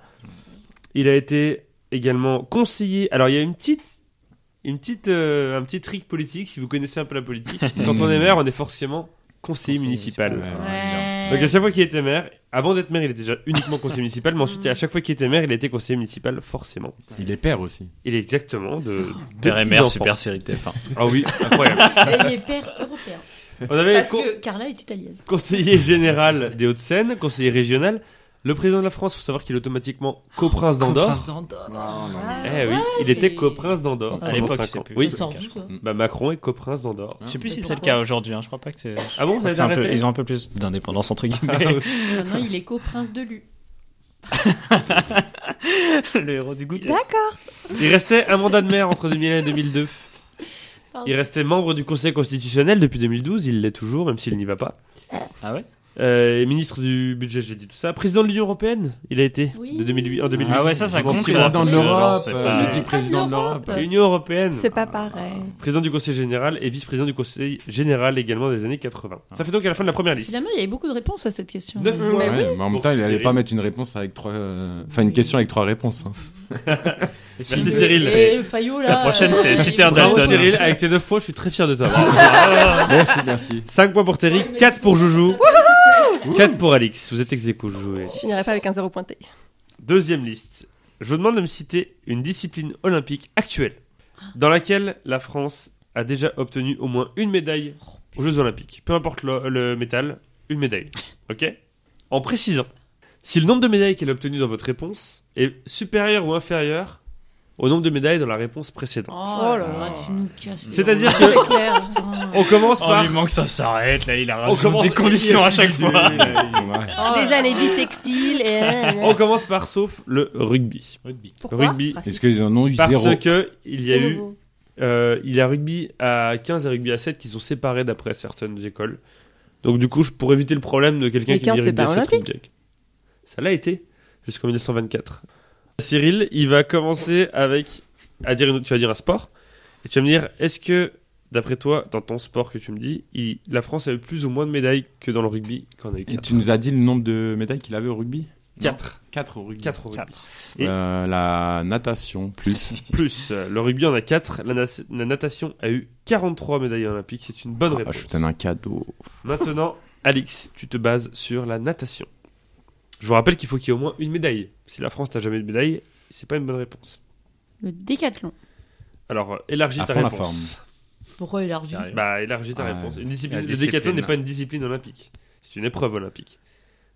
Il a été également conseiller. Alors, il y a une petite. Une petite, euh, un petit trick politique, si vous connaissez un peu
*laughs*
la politique. Quand on est maire, on est forcément conseiller,
Conseiller
municipal.
municipal, ouais.
Donc à chaque fois qu'il était maire, avant d'être maire, il était déjà
*laughs*
uniquement conseiller municipal, mais
Mm.
ensuite à chaque fois qu'il était maire, il était conseiller municipal forcément.
Il est père aussi.
Il est exactement de
Père et mère,
petits-enfants.
super série TF1. *laughs*
Ah oui, incroyable.
Et il est père européen.
On avait
Parce
con-
que Carla est italienne.
conseiller général des Hauts-de-Seine, conseiller régional, le président de la France. Faut savoir qu'il est automatiquement coprince d'Andorre.
Prince d'Andorre.
Ah.
Eh oui, il
mais-
était coprince d'Andorre.
À
pendant
l'époque,
cinq
c'est
ans.
plus.
Oui,
Ça sort d'où, ça
bah Macron est coprince d'Andorre.
Je sais plus
Mais
si c'est le
pourquoi
cas aujourd'hui, hein. je crois pas que c'est. je
Ah bon,
crois
vous
que c'est un
avez
peu-
arrêté
Ils ont un peu plus d'indépendance entre guillemets.
*laughs* Ah,
Maintenant, il est co-prince de Lu.
le héros du goût.
D'accord.
Il restait un mandat de maire entre 2001 et 2002.
Pardon.
Il restait membre du Conseil constitutionnel depuis 2012, il l'est toujours, même s'il n'y va pas.
Ah ouais
Euh, et ministre du budget, j'ai dit tout ça. Président de l'Union européenne, il a été
Oui.
de 2008, en 2008.
Ah ouais, ça, ça
Bon,
compte.
c'est Ah
ça,
président
parce
de
que, genre,
l'Europe,
c'est
euh,
pas-
le vice-président de l'Europe.
l'Europe.
Union européenne.
C'est pas pareil.
Président du Conseil général et vice-président du Conseil général également des années 80. Ça fait donc à la fin de la première liste.
Finalement, il y avait beaucoup de réponses à cette question.
Neuf
Mais
points.
Ouais, mais en même
Pour
temps, il allait
Cyril.
pas mettre une réponse avec trois. euh, Enfin, une question avec trois réponses. hein.
Merci Cyril.
Et Fayot, là.
La prochaine, c'est
euh,
Citer
il-
Bravo
Dalton.
Cyril, avec tes 9 points, je suis très fier de toi.
merci, merci.
5 points pour Terry, 4 pour Joujou, 4 pour Alix. Vous êtes ex aequo, Joujou. et-
Je finirai pas avec un zéro pointé.
Deuxième liste. Je vous demande de me citer une discipline olympique actuelle dans laquelle la France a déjà obtenu au moins une médaille aux Jeux Olympiques. Peu importe le, le métal,
*laughs*
une médaille. Ok En précisant, si le nombre de médailles qu'elle a obtenues dans votre réponse est supérieur ou inférieur au nombre de médailles dans la réponse
Oh
précédente.
là là,
là.
tu nous casses. les
C'est-à-dire
oreilles.
que-
Claire.
*laughs*
Putain.
On commence
Oh,
par.
lui manque, ça s'arrête, là, il a
on
rajouté
commence
des conditions à
*laughs*
chaque fois.
Ah.
Ouais.
Oh là
Des
là.
années bissextiles et... euh,
On commence par sauf le rugby.
Pourquoi
Rugby.
Raciste.
Est-ce qu'ils en ont eu
Parce
zéro
que il y a
C'est
eu
nouveau.
Euh, il y a rugby à 15 et rugby à 7 qui sont séparés d'après certaines écoles. Donc du coup, je- pour éviter le problème de quelqu'un
Mais
qui
15,
dit
c'est
rugby à
pas
7, rugby à 15. Ça l'a été jusqu'en 1924. Cyril, il va commencer avec à dire une autre- tu vas dire un sport et tu vas me dire est-ce que d'après toi dans ton sport que tu me dis, il- la France a eu plus ou moins de médailles que dans le rugby qu'on a eu
Et
4.
tu nous as dit le nombre de médailles qu'il avait au rugby
4
4 au rugby.
au rugby. Et-
Euh, la natation, plus.
Plus euh, le rugby en a 4, la, nas- la natation a eu 43 médailles olympiques, c'est une bonne
Ah,
réponse.
je te donne un cadeau.
Maintenant, Alix, tu te bases sur la natation. Je vous rappelle qu'il faut qu'il y ait au moins une médaille. Si la France n'a jamais eu de médaille, c'est pas une bonne réponse.
Le décathlon.
Alors, euh, élargis
À
ta
fond la
réponse.
Pourquoi il a revu
Bah, élargis ta
Ah,
réponse. Une
la
discipline, le
discipline.
décathlon n'est pas une discipline olympique. C'est une épreuve olympique.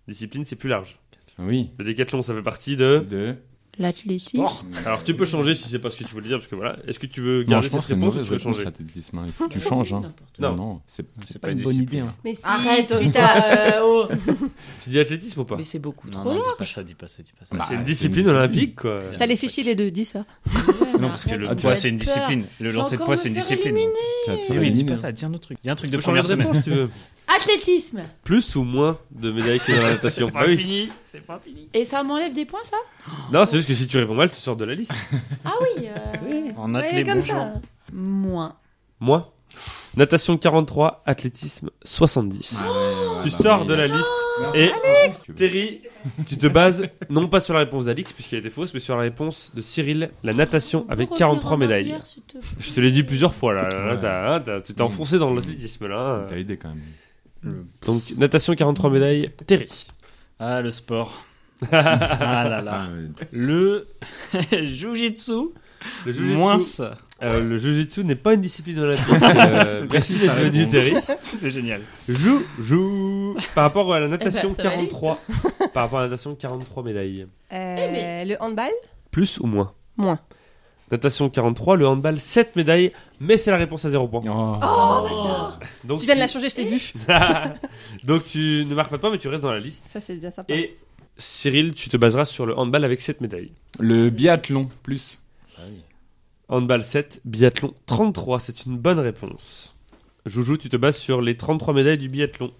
Discipline, c'est plus large.
Oui.
Le décathlon, ça fait partie de.
Deux.
L'athlétisme.
Alors, tu peux changer si c'est pas ce que tu voulais dire, parce que voilà. Est-ce que tu veux
Non,
garder
je pense que c'est
cette
une
réponse ou
mauvaise
tu veux
réponse,
changer
l'athlétisme.
*laughs*
Il faut que tu changes. Hein.
Non.
Non, non, c'est c'est pas,
pas
une
une
bonne idée.
discipline.
hein.
Mais si,
Arrête,
suite à... euh, au-
*laughs* Tu dis athlétisme ou pas
Mais c'est beaucoup
Non,
trop
non,
long.
dis pas ça, dis pas ça, dis pas ça.
Bah,
C'est
c'est
une
une
discipline
discipline.
olympique, quoi.
Ça les fait chier les deux, dis ça.
Non, parce que le
Ah,
arrête,
poids,
arrête.
c'est une discipline. Le
J'ai
lancer de
encore
poids,
me
c'est une
faire
discipline.
éliminer.
Tu vas te
Eh
faire
oui, dis
éliminer,
pas
hein.
ça, dis un autre truc. Dis un truc
Tu
de
peux changer
première
de
semaine.
réponse, tu veux.
Athlétisme.
Plus ou moins de médailles que dans la *laughs* natation. Bah oui.
fini, c'est pas fini.
Et ça m'enlève des points, ça
Non, c'est juste que si tu réponds mal, tu sors de la liste.
Ah oui. euh,
En
Ouais,
athlée,
comme
bonjour.
ça.
Moins.
Moi Natation 43, athlétisme 70. tu sors de la liste et Terry, tu te bases non pas sur la réponse d'Alix puisqu'elle était fausse, mais sur la réponse de Cyril, la natation avec 43 médailles. Je te l'ai dit plusieurs fois là, là, là,
Ouais.
t'as- hein, t'as- tu t'es enfoncé dans l'athlétisme là. hein.
T'as aidé quand même.
Donc natation 43 médailles, Terry.
Ah, le sport. ah là là.
Ah, ouais.
Le Jujitsu.
Le jujitsu,
Moins ça.
euh, le jujitsu n'est pas une discipline olympique.
*laughs*
Euh, Merci d'être venu Terry. *laughs*
C'était génial.
Jou, jou. Par rapport à la natation
Eh ben, ça va
43. Par rapport à la natation 43 médailles.
Euh,
Eh, mais-
Le handball
Plus ou moins
Moins.
Natation 43, le handball 7 médailles, mais c'est la réponse à 0 point.
Oh.
Donc
Tu viens de la changer, je
Eh
t'ai vu.
*laughs* Donc tu ne marques pas de point, mais tu restes dans la liste.
Ça, c'est bien sympa.
Et Cyril, tu te baseras sur le handball avec 7 médailles.
Le biathlon, plus.
Handball 7, biathlon 33, c'est une bonne réponse. Joujou, tu te bases sur les 33 médailles du biathlon.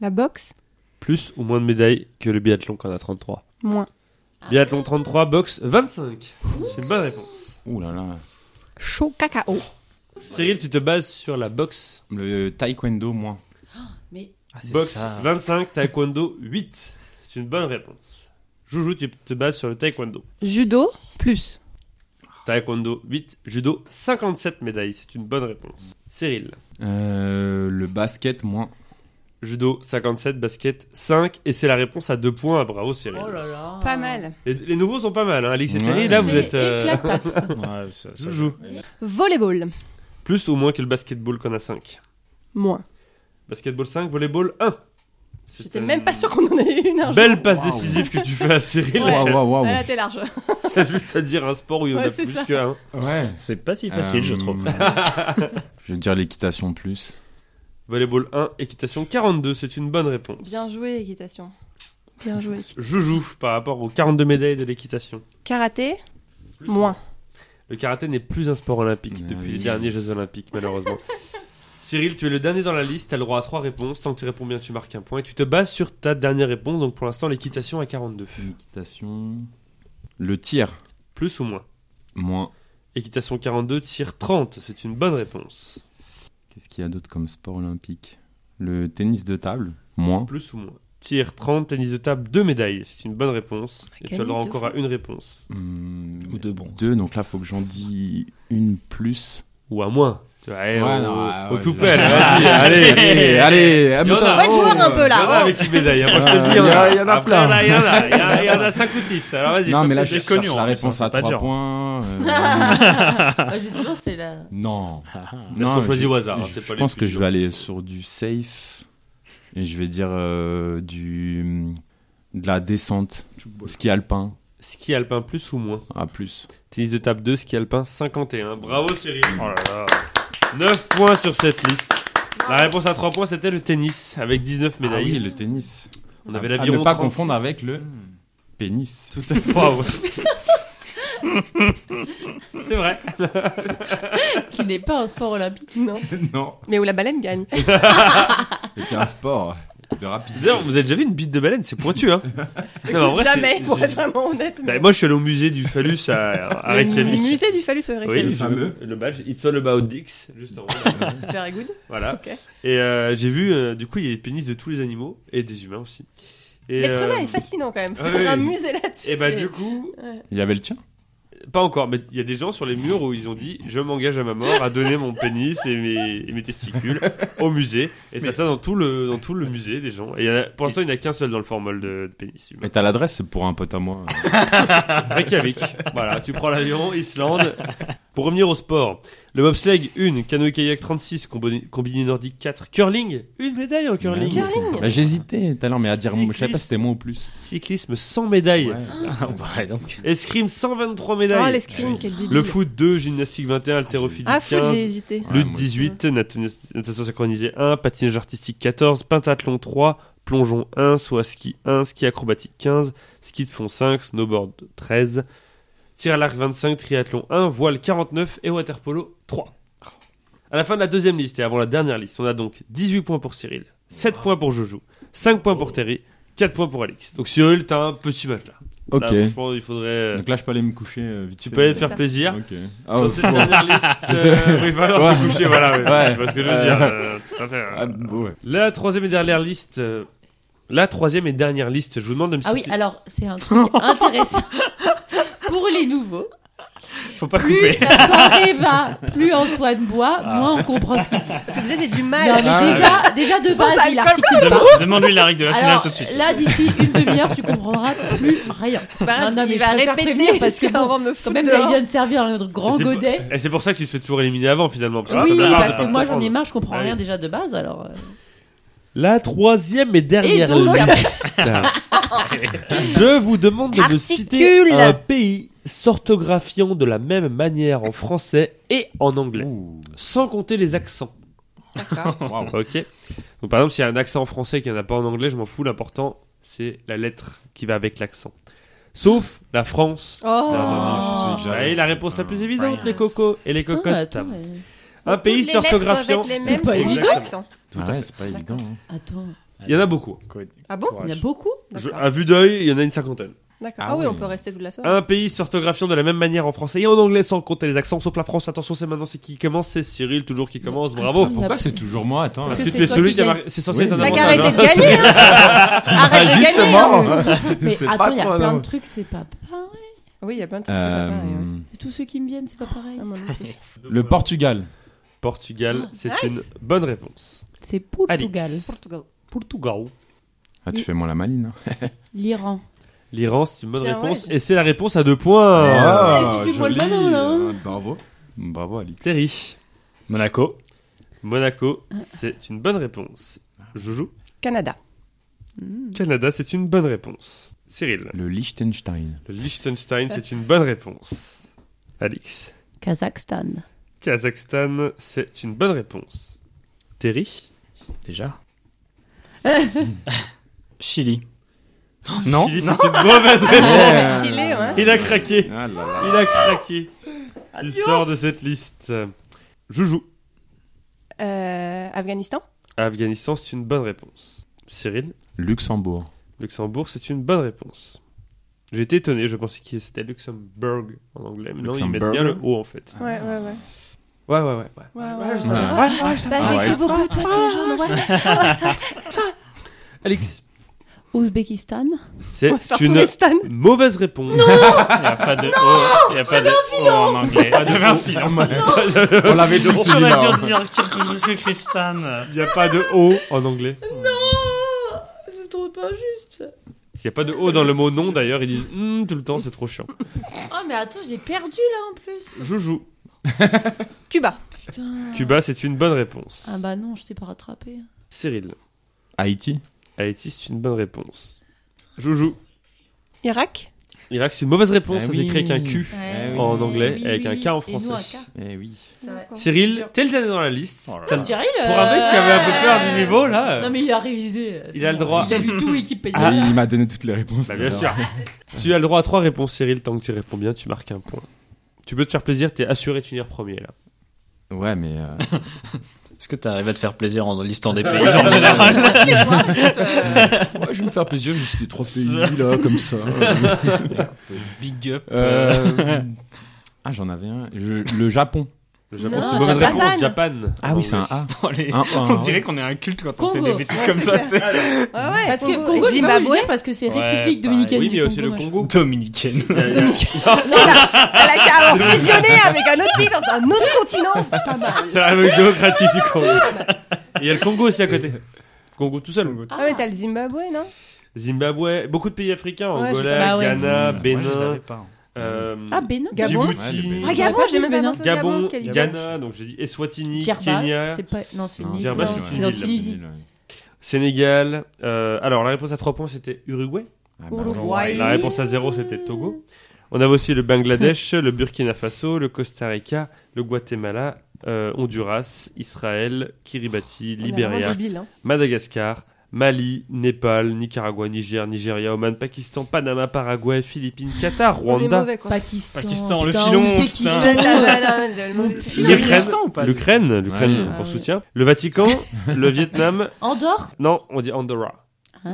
La boxe
Plus ou moins de médailles que le biathlon qu'on a 33.
Moins.
Ah.
Biathlon 33, boxe 25. C'est une bonne réponse.
Ouh là là.
Chaud cacao.
Cyril, tu te bases sur la boxe.
Le taekwondo, moins.
Ah, c'est
Boxe
ça.
25, taekwondo 8. C'est une bonne réponse. Joujou, tu te bases sur le taekwondo.
Judo Plus.
Taekwondo 8, judo 57 médailles. C'est une bonne réponse. Cyril,
Euh, le basket, moins.
judo 57, basket 5. Et c'est la réponse à deux points. Bravo, Cyril.
Oh là là.
Pas mal.
les, les nouveaux sont pas mal. Hein. Alix et
Ouais.
Terry, là, vous
Mais
êtes. euh,
*laughs*
éclatate.
Ouais, ça, ça-
Joujou.
Volleyball
Plus ou moins que le basketball qu'on a 5.
Moins.
Basketball 5, volleyball 1. C'est
J'étais
une
même pas sûr qu'on en ait une hein. un jour.
Belle passe
Waouh.
décisive que tu fais à Cyril.
Waouh, waouh, waouh.
Voilà, t'es large.
*laughs* T'as juste à dire un sport où il y en
Ouais,
a
c'est
plus
ça.
qu'un.
Ouais.
C'est pas si facile, je
Euh,
trouve.
*laughs* Je vais dire l'équitation, plus.
Volleyball 1, équitation 42, c'est une bonne réponse.
Bien joué, équitation.
Bien joué.
Joujou, par rapport aux 42 médailles de l'équitation.
Karaté Moins.
Le karaté n'est plus un sport olympique
Ah
depuis
oui. *laughs*
les derniers Jeux olympiques, malheureusement. Cyril, tu es le dernier dans la liste, t'as le droit à trois réponses. Tant que tu réponds bien, tu marques un point. Et tu te bases sur ta dernière réponse, donc pour l'instant, l'équitation à 42.
Équitation. Le tir.
Plus ou moins
Moins.
Équitation 42, tir 30, c'est une bonne réponse.
Qu'est-ce qu'il y a d'autre comme sport olympique Le tennis de table. Moins.
Plus ou moins Tir 30, tennis de table, deux médailles, c'est une bonne réponse. Et tu as le
gagné
droit
deux
encore à une réponse.
Hum,
Ou de
*laughs*
bronze.
Deux, donc là, faut que j'en dise une plus.
Ou à moins. Tu vois, eh,
Ouais,
au,
non, ouais,
au
ouais,
tout
je-
pelle, vas-y, allez,
*laughs* Allez, allez, à
Il y en a.
bout
Faut être joueur un peu
Il y en a
Oh là.
avec une médaille, hein, moi, je te
Ah,
le dis,
il y en a- il y en a
Après,
plein.
là, Il y en a, il y en a, il y en a 5 ou 6. Alors vas-y,
Non,
faut
mais là,
que
je
j'ai
cherche
connu,
la
en plus,
réponse
hein,
à
c'est pas
3
dur. *laughs*
points. euh,
Ah, justement, c'est la.
non.
Elles sont
je-
choisies au hasard, hein,
Je,
c'est pas les
pense
plus
que je
dures.
vais aller sur du safe et je vais dire euh, du de la descente,
hein.
ski alpin
Ski alpin, plus ou moins
à plus.
Tennis de table 2, ski alpin 51. Bravo Cyril. Oh là là. 9 points sur cette liste. La réponse à 3 points, c'était le tennis, avec 19 médailles.
Ah oui, le tennis.
On avait
À
l'aviron.
ne pas
36.
confondre avec le *laughs* pénis.
*laughs* Tout à fait. Waouh. C'est vrai.
Qui n'est pas un sport olympique.
Non.
non,
*laughs* Mais où la baleine gagne.
c'est un sport euh, de rapide.
D'ailleurs, vous avez déjà vu une bite de baleine C'est pointu,
*laughs*
hein Non, en vrai, c'est-
Jamais, pour
j'ai-
être vraiment honnête.
Bah,
mais-
moi, je suis allé au musée du phallus à, à
*laughs* Le mu-
Reykjavik.
musée du phallus au
Oui,
Reykjavik.
le fameux. Le badge, It's all about dicks, juste
*laughs*
en haut. là.
Very good.
voilà.
Ok.
Et euh, j'ai vu, euh, du coup, il y a des pénis de tous les animaux et des humains aussi. Et,
L'être
euh,
humain est fascinant quand même.
ah
Faire
oui.
un musée là-dessus.
Et bah,
c'est-
du coup,
Il y avait le tien
pas encore, mais il y a des gens sur les murs où ils ont dit Je m'engage à ma mort à donner mon pénis et mes, et mes testicules au musée. Et t'as ça dans tout, le, dans tout le musée des gens. Et il y en a- pour l'instant, il n'y en a qu'un seul dans le formol de, de pénis humain.
Mais t'as l'adresse, c'est pour un pote à moi.
Reykjavik. voilà, tu prends l'avion, Islande. Pour revenir au sport, le bobsleigh 1, canoë-kayak 36, combiné, combiné nordique 4, curling, une médaille en curling.
Ouais.
Curling.
*laughs* Bah, J'hésitais tout à l'heure, mais à dire, je savais
Cycliste.
pas si c'était moins ou plus.
Cyclisme sans médaille.
Ouais.
Ouais, donc.
Escrime 123
Oh,
médailles.
l'escrime, quel débile.
le foot 2, gymnastique 21, haltérophilie
Ah, foot,
15.
j'ai hésité.
Ouais,
Lutte
moi aussi.
18, nat- natation synchronisée 1, patinage artistique 14, pentathlon 3, plongeon 1, soit ski 1, ski acrobatique 15, ski de fond 5, snowboard 13, tir à l'arc 25, triathlon 1, voile 49 et waterpolo 3. À la fin de la deuxième liste et avant la dernière liste, on a donc 18 points pour Cyril, 7 points pour Jojo, 5 points
Oh.
pour Terry, 4 points pour Alex. Donc Cyril, t'as un petit match là.
Ok.
Là, franchement, il faudrait. euh,
Donc là, je peux aller me coucher euh, vite
Tu
fait.
peux aller te faire
ça.
plaisir.
Ok. Ah,
Sur
ouais,
cette
bon.
dernière *laughs* liste,
sais-
euh, oui, voilà,
Ouais.
se coucher, voilà. Ouais.
Ouais.
Je vois ce que je veux dire. euh, tout à fait.
Ah, bon, ouais.
La troisième et dernière liste. euh, La troisième et dernière liste. Je vous demande de me
Ah oui,
citer-
alors, c'est un truc intéressant. Pour les nouveaux,
Faut pas
plus
couper.
*laughs* la soirée va, plus Antoine boit, moins on comprend ce qu'il dit.
Parce que déjà, j'ai du
Non,
mal.
Ah,
Ah.
mais déjà, déjà de base, il articule pas.
Dem- Demande-lui la règle de la finale
Alors,
tout de suite.
là, d'ici une demi-heure, tu comprendras plus rien.
C'est pas grave,
Non, non,
il
mais je
va
préfère
répéter
prévenir parce que
jusqu'à
bon,
avant de me
Quand
foutre
même, là, il
dehors.
vient de servir notre grand
C'est Ah, pour-
godet.
Et c'est pour ça que tu te fais toujours éliminer avant finalement. parce que
Oui,
t'as pas-
parce
t'as
que
pas-
moi,
t'as
j'en ai
pas-
marre, je comprends
Ah oui.
rien déjà de base, alors. euh.
La troisième et
Et
dernière
donc, *laughs*
liste. je vous demande de me citer
Articule.
un pays s'orthographiant de la même manière en français et en anglais,
Ouh.
sans compter les accents. *laughs*
Waouh.
Ok. Donc par exemple, s'il y a un accent en français qu'il n'y en a pas en anglais, je m'en fous. L'important, c'est la lettre qui va avec l'accent. Sauf la France.
Ah,
Oh.
c'est celui que j'avais.
Et la réponse la plus évidente, les cocos et les
Putain,
cocottes.
attends, euh,
Un pays
Toutes les lettres doivent
s'orthographiant.
être les mêmes
pas
sans
évident.
accent.
Ah ouais, c'est pas évident. hein.
attends,
Il y en a beaucoup.
Ah bon
il y en
*laughs*
a beaucoup.
Je-
D'accord.
à vue d'œil, il y en a une cinquantaine.
D'accord.
Ah
Ah oui, on
oui.
peut rester toute la soirée.
Un pays s'orthographiant de la même manière en français et en anglais sans compter les accents, sauf la France. Attention, c'est maintenant c'est qui commence, c'est Cyril toujours qui commence. Bravo.
Attends,
Oh, Pourquoi c'est toujours moi Attends.
Parce
Parce
que, tu
que c'est
es
toi
celui
qui
qui a
gagne.
marqué- C'est censé être un
Oui,
T'as
mais-
qu'à
avantage.
arrêter de
hein.
gagner hein.
Bah,
Arrête de gagner hein.
*laughs*
Mais
Ah, c'est
attends, il y a
trop,
plein
non.
de trucs, c'est pas pareil.
Oui, il y a plein de trucs, c'est pas pareil. ouais.
Euh,
Tous ceux qui me viennent, c'est pas pareil.
Ah, moi non plus.
Le Portugal.
Portugal, c'est
Nice.
une bonne réponse.
C'est Portugal,
Alex.
Portugal.
Portugal.
Ah, tu fais moins la maline. hein.
l'Iran.
L'Iran, c'est une bonne
Tiens,
réponse.
ouais.
Et c'est la réponse à deux points.
Ah,
tu fais moins le
joli.
malin, là, hein.
Ah, Bravo. Bravo, Alix.
Terry.
Monaco.
Monaco,
Ah.
c'est une bonne réponse. Joujou.
Canada.
Canada, c'est une bonne réponse. Cyril.
Le Liechtenstein.
Le Liechtenstein, c'est une bonne réponse. Alix.
Kazakhstan.
Kazakhstan, c'est une bonne réponse. Terry.
Déjà. Chili. Non,
Chili, c'est une mauvaise
*laughs*
réponse.
Yeah.
Euh, Chili, ouais.
Il a craqué.
Ah là là.
Il a craqué. Il sort de cette liste. Joujou.
Euh, Afghanistan
Afghanistan, c'est une bonne réponse. Cyril,
Luxembourg.
Luxembourg, c'est une bonne réponse. J'étais étonné, je pensais que c'était Luxembourg en anglais, mais non, ils mettent
Luxembourg.
bien le haut en fait.
Ouais, ouais, ouais.
Ouais, ouais, ouais. ouais.
Ouais, ouais, ouais.
Bah,
Ah ouais.
j'écris beaucoup, toi,
Ah,
tous les jours. ouais.
Alex,
*laughs* Ouzbékistan.
c'est
On va se faire tous
une
les stands.
mauvaise réponse.
Il n'y a pas de O, il n'y a pas de O en anglais. Il y avait un filon.
On l'avait tous
On
celui-là.
aurait dû dire Kirk- Kirkistan.
Il n'y a pas de O en anglais.
C'est trop pas juste.
Il n'y a pas de O dans le mot non d'ailleurs, ils disent Hmm, tout le temps, c'est trop chiant.
Ah,
Oh, mais attends, j'ai perdu là en plus.
Joujou,
Cuba.
Putain.
Cuba, c'est une bonne réponse.
Ah bah non, je t'ai pas rattrapé.
Cyril,
Haïti.
Haïti, c'est une bonne réponse. Joujou,
Irak
Irak, c'est une mauvaise réponse,
Ah
ça
oui.
s'écrit avec un Q.
Ah
Eh oui.
En anglais,
Oui,
avec
oui,
un
oui.
K en
Et nous, un
français.
K.
Eh oui.
Cyril, t'es le dernier dans la liste.
Oh là
T'as-
là.
Cyril,
Pour un mec qui avait un peu peur du niveau, là.
euh, Non mais il a révisé. euh, c'est
Il a le droit.
Il a lu tout Wikipédia.
Ah, oui, il m'a donné toutes les réponses.
Bah,
tout
bien
à l'heure.
sûr. *laughs* tu as le droit à trois réponses, Cyril. Tant que tu réponds bien, tu marques un point. Tu peux te faire plaisir, t'es assuré de finir premier là.
Ouais, mais euh,
Est-ce que t'arrives à te faire plaisir en listant
Ah,
des pays en général
ouais, je vais me faire plaisir. Je suis trois pays là comme ça.
Big up. euh,
Euh, Ah, j'en avais un. Je- Le Japon.
Le
Non,
Japon, c'est une mauvaise
Japan.
réponse. Japan.
Ah oui, c'est
En
un
anglais.
A.
dans les-
Un, un,
On
ouais.
dirait qu'on est un culte quand on fait
Congo.
des bêtises
Ouais,
comme
Ah, c'est
ça.
clair.
c'est-
Ouais, ouais.
Parce que Congo, c'est pas vous
Zimbabwe.
dire parce que c'est
Ouais,
République
pareil.
dominicaine.
bah Oui,
du
mais aussi le
Congo,
Ah,
machin.
Congo.
Dominicaine.
Non, là, elle a carrément fusionné avec un autre pays dans un autre continent. Pas mal.
C'est la démocratie du Congo. *laughs* Et il y a le Congo aussi à côté. Congo tout seul.
Ah, mais t'as le Zimbabwe, non
Zimbabwe, beaucoup de pays africains.
Ouais, je-
Angola,
bah ouais.
Mmh,
Ghana,
Moi, je savais
Bénin,
hein.
pas.
euh,
Ah Bénin.
Gabon.
Djibouti,
Ah, Gabon, j'ai même pas
Gabon,
pensé au
Gabon,
quelle idiote.
Ghana, donc j'ai dit Eswatini,
Djerba,
Kenya,
c'est pas non Ah, c'est une
Non,
île.
Djerba,
Non,
c'est une
dans
île, là.
Tunisie.
Sénégal. euh, alors la réponse à 3 points c'était Uruguay.
Ah, bah,
Uruguay.
La réponse à 0 c'était Togo. On avait aussi le Bangladesh, *laughs* le Burkina Faso, le Costa Rica, le Guatemala, euh, Honduras, Israël, Kiribati,
On est vraiment
Libéria,
débiles, hein.
Madagascar, Mali, Népal, Nicaragua, Niger, Nigeria, Oman, Pakistan, Panama, Paraguay, Philippines, Qatar,
On est
Rwanda,
mauvais, quoi.
Pakistan.
Pakistan, le
putain,
filon,
Ouzbékistan.
putain.
*laughs* Non, non, non, le mauvais
C'est
pays.
L'Ukraine.
Kirghizistan ou pas
l'Ukraine,
Ouais.
l'Ukraine
Ah
qu'on
ouais.
soutient, le
*laughs*
Vatican, le Vietnam,
Andorre.
non, on dit Andorra.
Ah.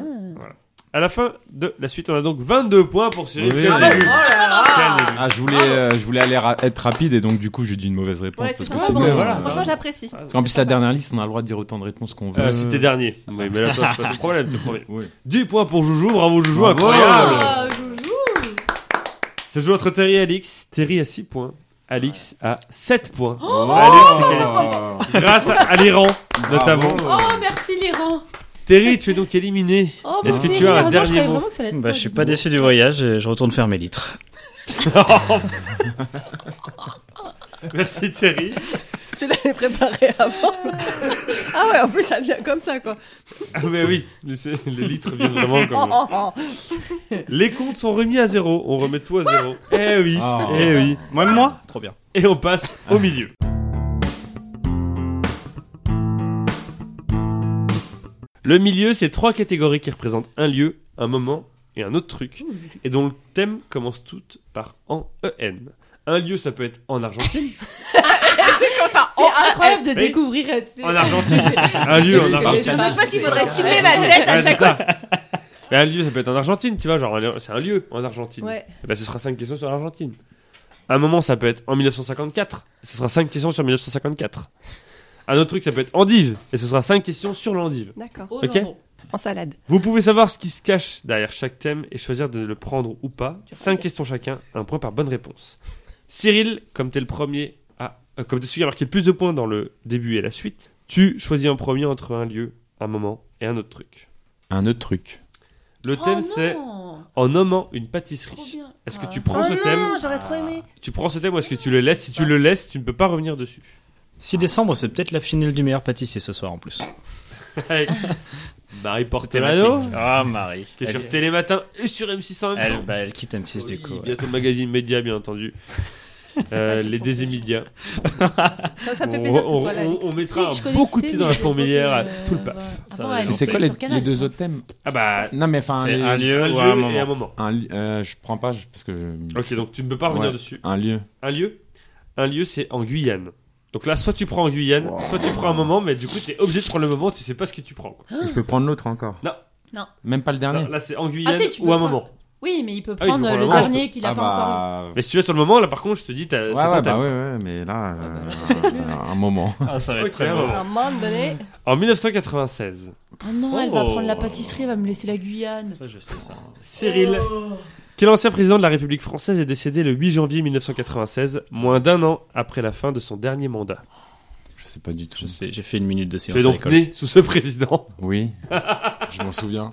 À la fin de la suite, on a donc 22 points pour Cyril.
Oui.
Quel
Ah,
début. Quel début.
Ah, je voulais, euh, je voulais aller ra- être rapide et donc du coup j'ai dit une mauvaise réponse
Ouais, c'est
parce
pas
Ah,
que
mal,
sinon,
bon,
euh,
Franchement, j'apprécie.
parce qu'en plus la dernière liste on a le droit de dire autant de réponses qu'on veut.
Euh, C'était dernier. Oui, mais là, toi, c'est pas ton problème, t'es premier.
Oui.
10 points pour Joujou, bravo Joujou,
Bravo.
incroyable
Ah, Joujou.
Ça joue entre Terry et Alix. Terry a 6 points. Alix a 7 points.
Oh,
Alix s'est qualifié. Grâce à l'Iran, notamment.
Oh, merci l'Iran.
Terry, tu es donc éliminé.
Oh,
Est-ce que
mon
tu
Dieu,
as un
non,
dernier
je croyais
mot
vraiment que ça allait être
Bah,
toi,
je suis
dis
pas
donc.
déçu du voyage et je retourne faire mes litres.
Merci Terry.
Tu l'avais préparé avant. *laughs* ah ouais, en plus, ça vient comme ça, quoi.
Ah, mais oui, c'est- les litres viennent vraiment
Oh,
comme.
*laughs*
oh, oh.
Les comptes sont remis à zéro. On remet tout à zéro. Eh oui,
Ah.
eh oui.
Moi, moi
Ah,
Trop bien.
Et on passe au milieu. Le milieu, c'est trois catégories qui représentent un lieu, un moment et un autre truc, et dont le thème commence toutes par en EN. Un lieu, ça peut être en Argentine.
C'est incroyable de
Oui.
découvrir. euh, tu sais.
*laughs* En
*laughs*
Argentine. Un lieu *laughs* en Argentine.
Je pense qu'il faudrait filmer ma
Ouais,
tête à
c'est
chaque
ça. Mais un lieu, ça peut être en Argentine, tu vois, genre un- c'est un lieu en Argentine.
Ouais.
Eh ben, ce sera 5 questions sur l'Argentine. Un moment, ça peut être en 1954. Ce sera 5 questions sur 1954. Un autre truc, ça peut être endive. Et ce sera 5 questions sur l'endive.
D'accord.
Oh,
Ok.
jambon.
En salade.
Vous pouvez savoir ce qui se cache derrière chaque thème et choisir de le prendre ou pas. 5 questions chacun, un point par bonne réponse. Cyril, comme t'es le premier à. euh, comme t'es celui qui a marqué le plus de points dans le début et la suite, tu choisis en premier entre un lieu, un moment et un autre truc.
Un autre truc.
Le
Oh
thème,
non,
c'est en nommant une pâtisserie.
trop bien.
Est-ce que
Ah.
tu prends ce
oh
thème
non, j'aurais trop aimé.
Tu prends ce thème ou est-ce que tu le laisses Si tu le laisses, tu ne peux pas revenir dessus.
6 décembre, c'est peut-être la finale du meilleur pâtissier ce soir en plus.
*laughs* Avec Marie Portelano,
thématique. Ah, Marie.
qui est
elle,
sur Télématin et sur M6 en même
elle,
temps.
bah, elle quitte M6
Oui,
du coup. ouais.
Bientôt le magazine Média, bien entendu. Euh, les Désémédias.
Ça, ça me fait
On,
plaisir que tu
on-
sois là.
on-
Alex.
on
Si,
mettra
je
un
connaissais,
beaucoup de pieds dans
mais
la
je euh, vois
fourmilière à
pas que-
tout le paf.
Ça
Avant,
va,
elle
Mais c'est
était
quoi les,
sur Canal,
les deux
quoi.
autres thèmes
Ah bah,
Non mais enfin.
C'est
les-
un lieu ou
lieu
un
et un
moment.
moment.
un li- euh, je prends pas je- parce que je.
Ok, donc tu ne peux pas revenir
Ouais.
dessus.
Un lieu.
Un lieu Un lieu, c'est en Guyane. Donc là, soit tu prends en Guyane, soit tu prends un moment, mais du coup, t'es obligé de prendre le moment, tu sais pas ce que tu prends.
Ah.
quoi.
Je peux prendre l'autre encore
Non.
Non.
Même pas le dernier
Là, là, c'est en Guyane
Ah, si, tu peux
ou un
prendre.
moment.
Oui, mais il peut
Ah oui,
prendre
je
le
comprends.
dernier qu'il a
Ah
pas encore eu.
bah...
Mais si tu vas sur le moment, là, par contre, je te dis, t'as
Ouais,
c'est ton
ouais,
thème.
bah ouais, ouais, mais là, euh,
Ah bah.
un
*laughs*
moment.
Ah, ça va être
Ok,
très
un
bon.
moment.
un moment donné.
En 1996,
Oh non, elle va
Oh.
prendre la pâtisserie, elle va me laisser la Guyane.
Ça, je sais ça.
Cyril, quel ancien président de la République française est décédé le 8 janvier 1996, moins d'un an après la fin de son dernier mandat
Je sais pas du tout.
Je sais, j'ai fait une minute de
Tu
séance
es
à
donc
l'école.
né sous ce président. *laughs*
Oui, je m'en souviens.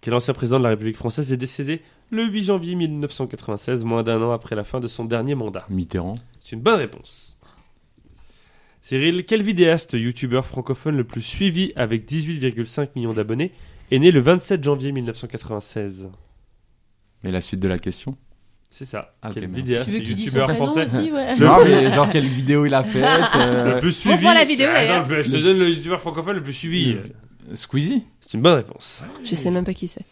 Quel ancien président de la République française est décédé le 8 janvier 1996, moins d'un an après la fin de son dernier mandat
Mitterrand.
C'est une bonne réponse. Cyril, quel vidéaste youtubeur francophone le plus suivi avec 18,5 millions d'abonnés est né le 27 janvier 1996
Mais la suite de la question
C'est ça.
Ah, ok,
quel
merde.
vidéaste
Tu veux qu'il dise son
youtubeur
prénom
français
aussi, ouais.
Le- *laughs*
Non, mais genre quelle vidéo il a faite euh,
le plus suivi
voit la vidéo,
Ah,
d'ailleurs.
non, Je te donne le youtubeur francophone le plus suivi.
Le- Squeezie
C'est une bonne réponse.
Je sais même pas qui c'est.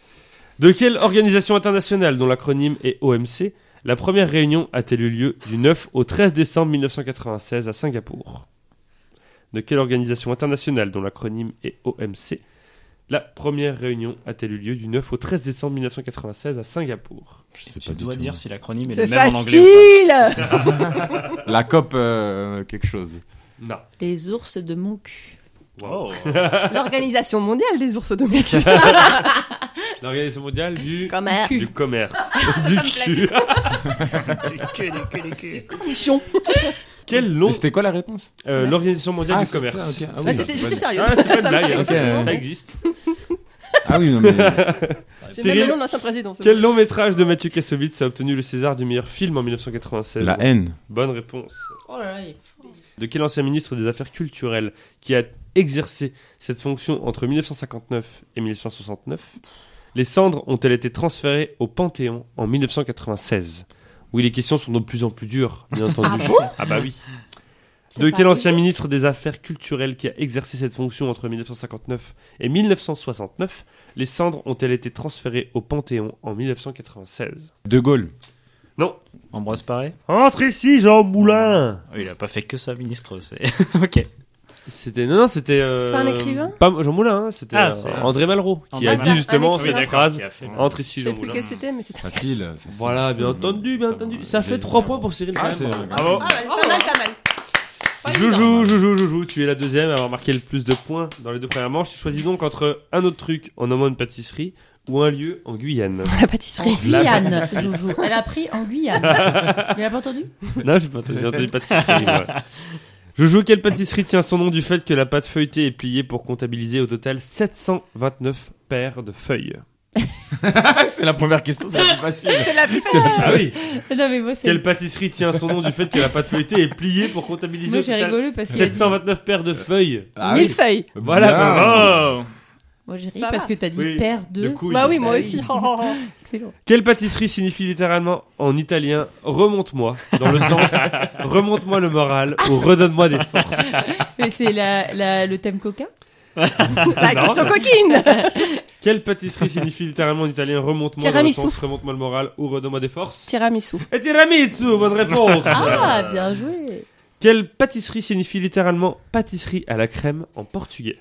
De quelle organisation internationale, dont l'acronyme est OMC, la première réunion a-t-elle eu lieu du 9 au 13 décembre 1996 à Singapour De quelle organisation internationale, dont l'acronyme est OMC, la première réunion a-t-elle eu lieu du 9 au 13 décembre 1996 à Singapour
Je sais
Et
pas
Tu
du
dois
tout.
dire si l'acronyme est
C'est
le même en
facile
anglais.
La COP euh, quelque chose.
Non.
Les ours de mon cul.
Wow.
*laughs*
L'Organisation mondiale des ours de mon
*laughs*
cul.
L'organisation mondiale du,
Commerce. *laughs*
du commerce. du cul.
Cornichon.
Quel nom
Et C'était quoi la réponse
euh, L'organisation mondiale du
c'était
commerce.
ça, ok. Ah
Bah,
oui,
c'était-
bah,
J'étais
bah,
sérieuse.
Ah, c'est pas une
*laughs*
blague, hein,
Ok, euh,
ça existe.
Ah oui, non *laughs* mais...
C'est
Cyril,
même le nom de l'ancien président. c'est
Quel
bon.
long métrage de Mathieu Kassovitz a obtenu le César du meilleur film en 1996
La haine.
Bonne réponse.
Oh là là, il est
De quel ancien ministre des Affaires culturelles qui a exercé cette fonction entre 1959 et 1969 Les cendres ont-elles été transférées au Panthéon en 1996 Oui, les questions sont de plus en plus dures, bien entendu.
bon
ah bah oui.
C'est
De
pas
quel ancien
possible.
ministre des Affaires culturelles qui a exercé cette fonction entre 1959 et 1969 Les cendres ont-elles été transférées au Panthéon en 1996
De Gaulle.
Ambroise Paré
Entre ici, Jean Moulin
Oh, Il a pas fait que ça, ministre. C'est *laughs* ok.
C'était non, non c'était. euh,
C'est pas un écrivain
pas Jean Moulin, hein, c'était
Ah,
euh,
c'est-
André Malraux qui
André
a
Malraux.
dit justement
Ah, oui,
cette
d'accord.
phrase.
Qui a fait-
Entre ici,
Je sais
Jean
plus
Moulin.
quel c'était, mais c'était.
Facile. facile. Hum.
Voilà, bien entendu, bien entendu. Ça fait 3 points pour Cyril.
Ah,
quand même.
c'est-
Bravo.
Ah, bah, pas mal, pas mal. Pas hein. évident.
Joujou, Joujou, Joujou, tu es la deuxième à avoir marqué le plus de points dans les deux premières manches. Tu choisis donc entre un autre truc en nommant une pâtisserie ou un lieu en Guyane.
La pâtisserie.
La
Guyane, Joujou. Elle a pris en
*laughs*
Guyane. Il a pas entendu
Non, j'ai pas entendu j'ai entendu pâtisserie. ouais. Joujou, quelle pâtisserie tient son nom du fait que la pâte feuilletée est pliée pour comptabiliser au total 729 paires de feuilles
Ah, c'est la première question, c'est la plus facile.
*laughs* C'est la
Ah oui
Non, mais moi,
*laughs*
c'est.
Quelle pâtisserie tient son nom du fait que la pâte feuilletée est pliée pour comptabiliser
Moi,
au
j'ai
total
rigolé parce que.
729 paires de feuilles
Ah oui.
Millefeuille.
Voilà,
Bien.
Oh
Moi, j'ai ri
Ça
parce
va.
que t'as dit
Oui,
paire de.
de couilles.
Bah oui, moi
*laughs*
aussi.
Excellent.
Quelle pâtisserie signifie littéralement en italien remonte-moi dans le
*laughs*
sens remonte-moi le moral ou redonne-moi des forces
Mais c'est la, la- le
*laughs*
thème coquin
La
Non.
question coquine.
Quelle pâtisserie signifie littéralement en italien remonte-moi dans le
Tiramisu.
sens remonte-moi le moral ou redonne-moi des forces
Tiramisu.
Et tiramisu, bonne réponse
Ah, bien joué
Quelle pâtisserie signifie littéralement pâtisserie à la crème en portugais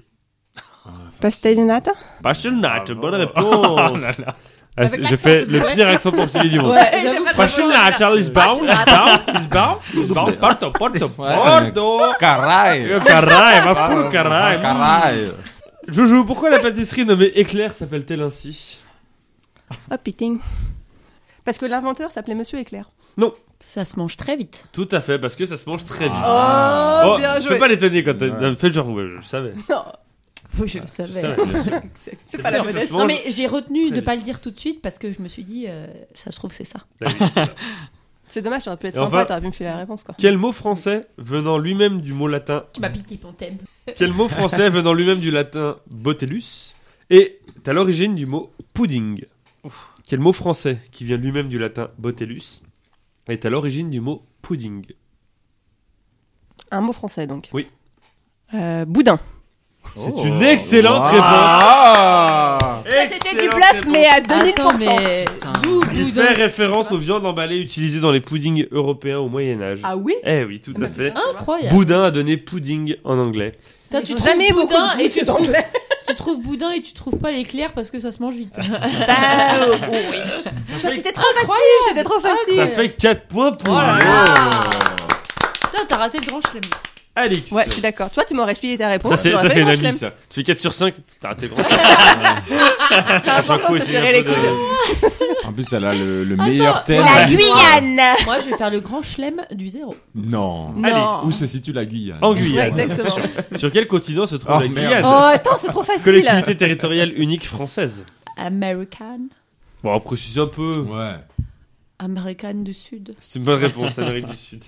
Pastel de nata.
Passionate, *laughs* bonne réponse Ah,
Avec
c'est-
l'accent,
Je fais
s'il vous
le
plaît.
pire accent portugais du monde.
Ouais, j'avoue que-
Passionate, Lisbon, Lisbon, Lisbon, Lisbon, Porto, Porto,
Ouais.
Porto Euh,
Caray.
Caray, va pour caray
Caray.
Joujou, pourquoi la pâtisserie nommée Éclair s'appelle-t-elle ainsi
Oh, pitting. Parce que l'inventeur s'appelait Monsieur Éclair.
Ça se mange très vite.
Tout à fait, parce que ça se mange très vite.
Oh, bien
Ah. Je peux
joué.
pas l'étonner quand t'as
Ouais.
t'as fait genre, ouais, je le savais.
Non,
*laughs* Oui, je le
Je
savais.
savais, bien
*laughs*
sûr.
c'est pas la
sûr, ça se
modeste.
mange.
Non, mais j'ai retenu
Très
de
vite.
pas le dire tout de suite parce que je me suis dit, euh, ça se trouve, c'est ça.
Bah oui, c'est ça.
C'est dommage, t'aurais pu être
Et enfin-
sympa, t'aurais pu me filer la réponse quoi.
Quel mot français venant lui-même du mot latin
Tu m'as piqué ton thème.
Quel mot français venant lui-même du latin botellus est à l'origine du mot pudding Quel mot français qui vient lui-même du latin botellus est à l'origine du mot pudding
Un mot français donc.
Oui.
Euh, boudin.
Oh.
C'est une excellente réponse.
Ah
C'était du bluff, mais euh, à 2000%.
Attends, mais d'où, d'où,
Il
d'où
fait référence aux viandes emballées utilisées dans les puddings européens au Moyen Âge.
Ah oui
Eh oui, tout à fait.
Incroyable.
Boudin a donné pudding en anglais.
Putain,
Ils
tu
ont
trouves
jamais beaucoup
boudin
de
et tu,
goût, ces Anglais.
tu trouves boudin et tu trouves pas l'éclair parce que ça se mange vite. *laughs*
Bah, oh, oh, oui. Tu vois, C'était trop facile, c'était trop
Ah, Ça
facile.
fait 4 points
Oh
pour
là
Léo.
Putain, t'as raté le grand chelem.
Alex.
Ouais, je suis d'accord. Tu vois, tu m'aurais filé ta réponse.
Ça, c'est,
j'aurais
ça,
fait
c'est une
le
amie,
chelem.
ça. Tu fais 4 sur 5. T'as
*laughs*
raté grand.
C'est important de se serrer les coudes.
En plus, elle a le, le meilleur thème.
La Guyane
Moi, je vais faire le grand chelem du zéro.
Non.
Alex.
Où se situe la Guyane
En Guyane.
Ouais, exactement.
*laughs* c'est sûr. Sur quel continent se trouve
Oh,
la
merde.
Guyane
Oh, attends, c'est trop facile.
Collectivité territoriale unique française.
American.
Bon, on précise un peu.
Ouais.
American du Sud.
C'est une bonne réponse, l'Amérique du Sud.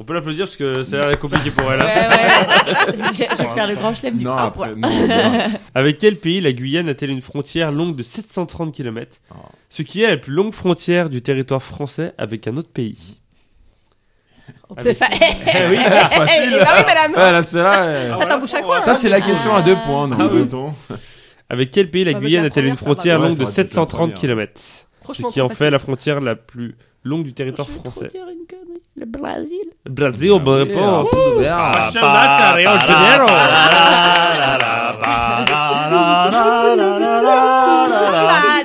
On peut l'applaudir parce que ça a l'air compliqué pour elle. hein.
*laughs* je vais faire le grand chelem du
Non,
Ah, *laughs*
après,
ouais.
non, *laughs* non.
Avec quel pays la Guyane a-t-elle une frontière longue de 730 km
Oh.
Ce qui est la plus longue frontière du territoire français avec un autre pays.
C'est fa-
Eh
Eh,
oui,
eh, Bah oui, madame.
Ah, là, c'est là. euh,
Ça t'embouche à quoi hein.
Ça, c'est la question à deux points dans
Ah
le
oui.
peloton.
Avec quel pays la
Avec la
Guyane a-t-elle une
première, ça va.
frontière
Ouais,
longue
ça
de
aurait pu être la
730
première.
km Ce
Franchement,
qui en
trop
fait
facile.
la frontière la plus longue du territoire
Je vais trop
français.
dire une connerie. Le Brésil.
Brésil, bonne
Ah oui,
réponse.
Ah,
Ah,
Oh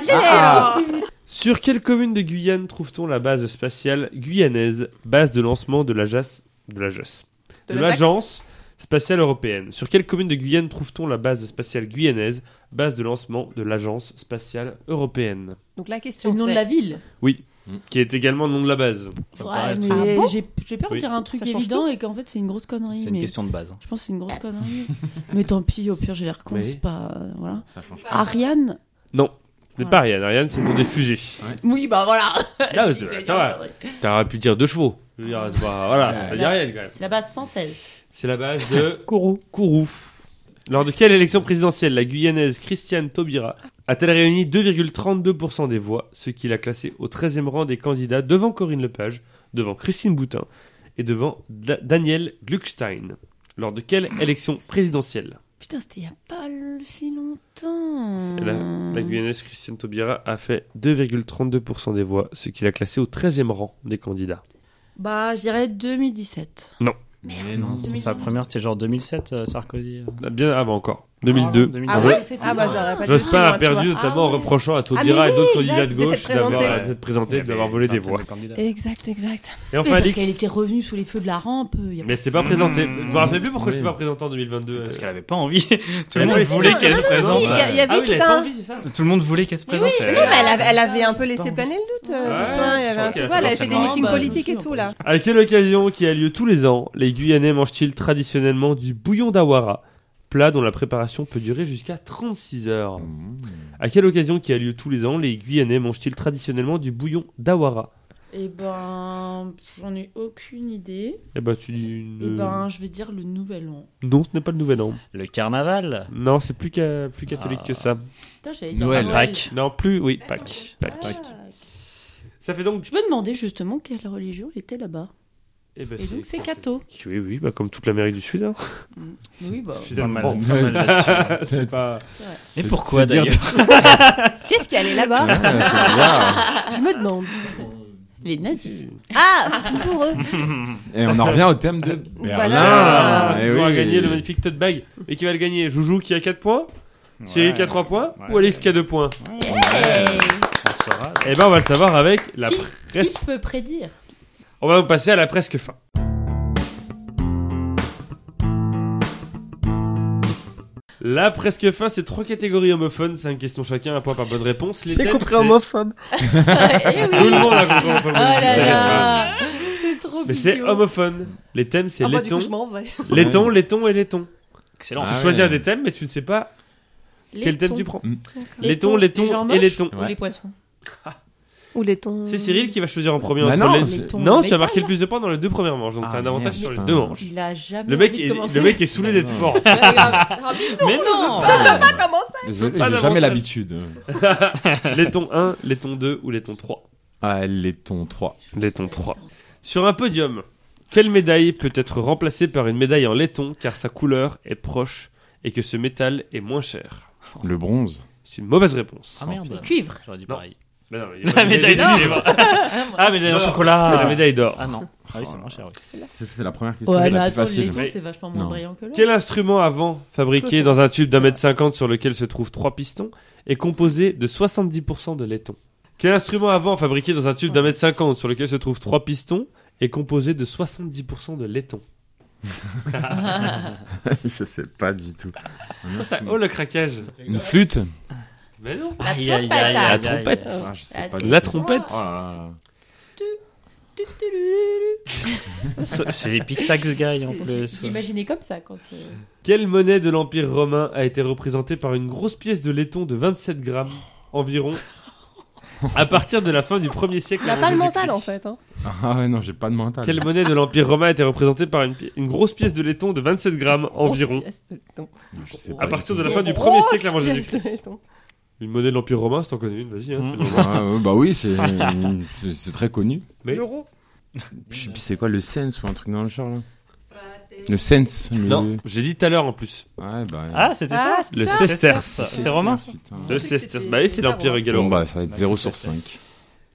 Samba,
Ah,
Ah.
dinero.
Sur quelle commune de Guyane trouve-t-on la base spatiale guyanaise, base de lancement de la JAS- de la JAS,
De
de
la
l'agence spatiale européenne Sur quelle commune de Guyane trouve-t-on la base spatiale guyanaise, base de lancement de l'agence spatiale européenne
Donc la
C'est
question,
le nom de la
c'est... Ah
ville.
Qui est également le nom de la base.
Ouais,
paraît-
mais
Ah bon
j'ai j'ai peur de
Oui.
dire un truc
Ça change
évident et qu'en fait, c'est une grosse connerie.
C'est une
mais
question de base. hein.
Je pense que c'est une grosse connerie. mais tant pis, au pire, j'ai l'air con,
Oui.
c'est pas. euh, Voilà.
Ça change pas.
Ariane
Non, ce n'est
Ouais.
pas Ariane. Ariane, c'est pour des *laughs* fusées. Ah,
Oui, bah voilà.
Là, ouais, ça va. T'aurais pu dire deux chevaux. Je veux dire, c'est pas- Voilà,
Ça-
t'as dit Ariane quand même.
C'est la base 116.
C'est la base de Kourou. Lors de quelle élection présidentielle la Guyanaise Christiane Taubira a-t-elle réuni 2,32% des voix, ce qui l'a classée au 13e rang des candidats devant Corinne Lepage, devant Christine Boutin et devant Da- Daniel Gluckstein Lors de quelle élection présidentielle
Putain, c'était il y a pas l- si longtemps.
la, Eh ben,
Mhm.
la Guyanaise Christiane Taubira a fait 2,32% des voix, ce qui l'a classée au 13e rang des candidats.
Bah, je dirais 2017.
Mais
Non, c'est sa première, c'était genre 2007, euh, Sarkozy. euh.
Bien avant encore, 2002.
Ah
Je-
ouais Ah bah j'aurais pas dit
Jospin
sinon,
a
tu
perdu
vois.
notamment en
Ah ouais.
reprochant à
Ah
Taubira
mais
et d'autres
oui,
candidats de
exact,
gauche
d'être
d'avoir
présenté.
d'être présenté, d'avoir volé des voix.
Exact, exact.
Et
Oui,
enfin,
parce
Alix.
qu'elle était revenue sous les feux de la rampe. euh, il Y a
Mais c'est pas présenté.
Mmh.
Je me rappelais plus pourquoi
Oui.
c'est pas présenté en 2022.
Parce
euh.
qu'elle avait pas envie. *laughs* Tout
Elle
le monde
avait-
voulait
Non,
qu'elle se
non, non,
présente.
Si, il y a- il y avait
Ah oui, elle avait
Ah tout
pas
un...
envie, c'est ça
Tout le monde voulait qu'elle se présente.
Euh,
Non, mais elle avait, elle avait un peu laissé planer le doute. euh,
Ouais,
ce soir, il y
je
avait
crois
un
qu'elle
truc.
a
voilà, elle
fait
a fait des
forcément,
meetings
bah,
politiques et
bien sûr,
tout, là.
À quelle occasion qui a lieu tous les ans, les Guyanais mangent-ils traditionnellement du bouillon d'awara, plat dont la préparation peut durer jusqu'à 36 heures
Mmh.
À quelle occasion qui a lieu tous les ans, les Guyanais mangent-ils traditionnellement du bouillon d'awara
Et Eh ben, j'en ai aucune idée.
Eh ben, tu dis une-
Et ben, je vais dire le nouvel an.
Non, ce n'est pas le nouvel an.
Le carnaval.
Non, c'est plus, ca- plus catholique
Ah.
que ça.
Putain, j'allais dire
Noël.
Pâques.
Non, plus, oui, Pâques. Pâques.
Ah.
Ça fait donc.
Je me demandais justement quelle religion était là-bas.
Eh ben,
Et donc, c'est catho.
Oui, oui, bah, comme toute l'Amérique du Sud. Hein.
Oui, bah.
Pas mal,
Bon.
pas mal *laughs* là-dessus.
*laughs* c'est pas.
Et pourquoi
c'est dire-
d'ailleurs
Qui est-ce qui est allé là-bas
*laughs* Je me demande. Les nazis.
Ah, toujours eux.
Et on en revient au thème de
Voilà.
Berlin.
Ah,
Eh
tu
oui.
vas gagner le magnifique tote bag. Et qui va le gagner Joujou qui a 4 points Cyril qui a 3 points Ou
Ouais.
Alex qui a 2 points
Hey.
On le saura.
Eh ben on va le savoir avec la
Qui,
presse.
qui peut prédire
*laughs* On va passer à la presque fin. La presque fin, c'est trois catégories homophones, cinq questions chacun, un point par bonne réponse. Les thèmes, c'est-
homophobe.
Eh
Tout le
oui
monde a compris
Oh
homophone.
là là C'est trop
Mais c'est
mignon.
homophone. Les thèmes, c'est
Ah bah du
laiton,
coup, je m'en vais.
laiton, laiton et laiton.
Excellent.
Ah
tu
ouais.
choisis un des thèmes, mais tu ne sais pas
Les
quel thème
tons.
tu prends.
Les
Laiton,
tons,
laiton
les gens
et
moches
laiton.
Ou les poissons.
Ou les tons.
C'est Cyril qui va choisir en premier
Bah
entre
non,
les-
c'est-
Les tons.
Non, tu as
Mais
marqué
pas,
le plus de points dans les deux premières manches, donc
Ah,
t'as un avantage
merde,
sur les
putain.
deux manches.
Il a jamais
Le mec,
envie
est,
de commencer. *laughs*
le mec est saoulé d'être
Non.
fort.
*laughs*
Ouais, grave. Ah,
Mais non
Ah,
Comment ça
Désolé,
Pas
j'ai
d'avantage.
jamais l'habitude.
Laiton 1, laiton 2 ou laiton 3
Ah, laiton 3.
Laiton 3. Sur un podium, quelle médaille peut être remplacée par une médaille en laiton car sa couleur est proche et que ce métal est moins cher
Le bronze.
C'est une mauvaise réponse.
Ah merde.
Cuivre.
J'aurais dit
Non.
pareil.
Mais non, mais il y a pas
La
de
médaille
médaille
d'or.
Ah, moi.
Ah, médaille en
Non.
chocolat.
La médaille d'or.
Ah non. Ah oui, c'est moins cher. oui.
C'est c'est la première question.
Ouais,
c'est
mais
la
attends,
plus
le
facile.
laiton,
Mais-
c'est vachement moins
Non.
brillant que l'or.
Quel instrument avant, fabriqué
Clochard.
dans un tube d'un mètre cinquante sur lequel se trouvent trois pistons, est composé de 70% de laiton Quel instrument avant, fabriqué dans un tube d'un mètre cinquante sur lequel se trouvent trois pistons, est composé de 70% de laiton
*laughs* Je sais pas du tout.
Oh le craquage
Une flûte
Mais non
Aïe, aïe, aïe, aïe,
La
aïe,
trompette.
aïe, aïe.
Ah, je sais pas.
La
du tout.
trompette
Oh
Ah.
là
Tu- tu- tu- tu-
Oh. C'est les Pixax Guy en plus.
tu- Imaginez comme ça quand. euh,
Quelle monnaie de l'Empire romain a été représentée par une grosse pièce de laiton de 27 grammes environ à partir de la fin du 1er siècle
Il n'a
avant
pas le
Jésus-Christ
mental en fait. hein.
là. Ah ouais, non, j'ai pas de mental.
Quelle monnaie de l'Empire romain a été représentée par une, pi- une grosse pièce de laiton de 27 grammes environ
Grosse pièce de laiton.
Non, je sais
à
pas
partir
du
de la
tout.
fin du
Grosse
1er siècle avant
pièce de
Jésus-Christ.
laiton.
Une monnaie de l'Empire romain, si t'en connais une, vas-y. hein, c'est le moment.
Ah, euh, bah oui, c'est c'est- c'est très connu.
Mais-
L'euro.
Je sais plus, c'est quoi le sense ou un truc dans le genre là Le sense le-
Non, *laughs* j'ai dit tout à l'heure en plus.
Ouais, bah.
Ah, c'était ça
Ah,
Le
ça
sesterce.
C'est romain ça
putain.
Le
pensais que
Cestus.
c'était- hein.
Bah oui, c'est
pas
l'Empire
vrai.
Bon,
gallo-romain.
bah, ça va être 0 sur 5.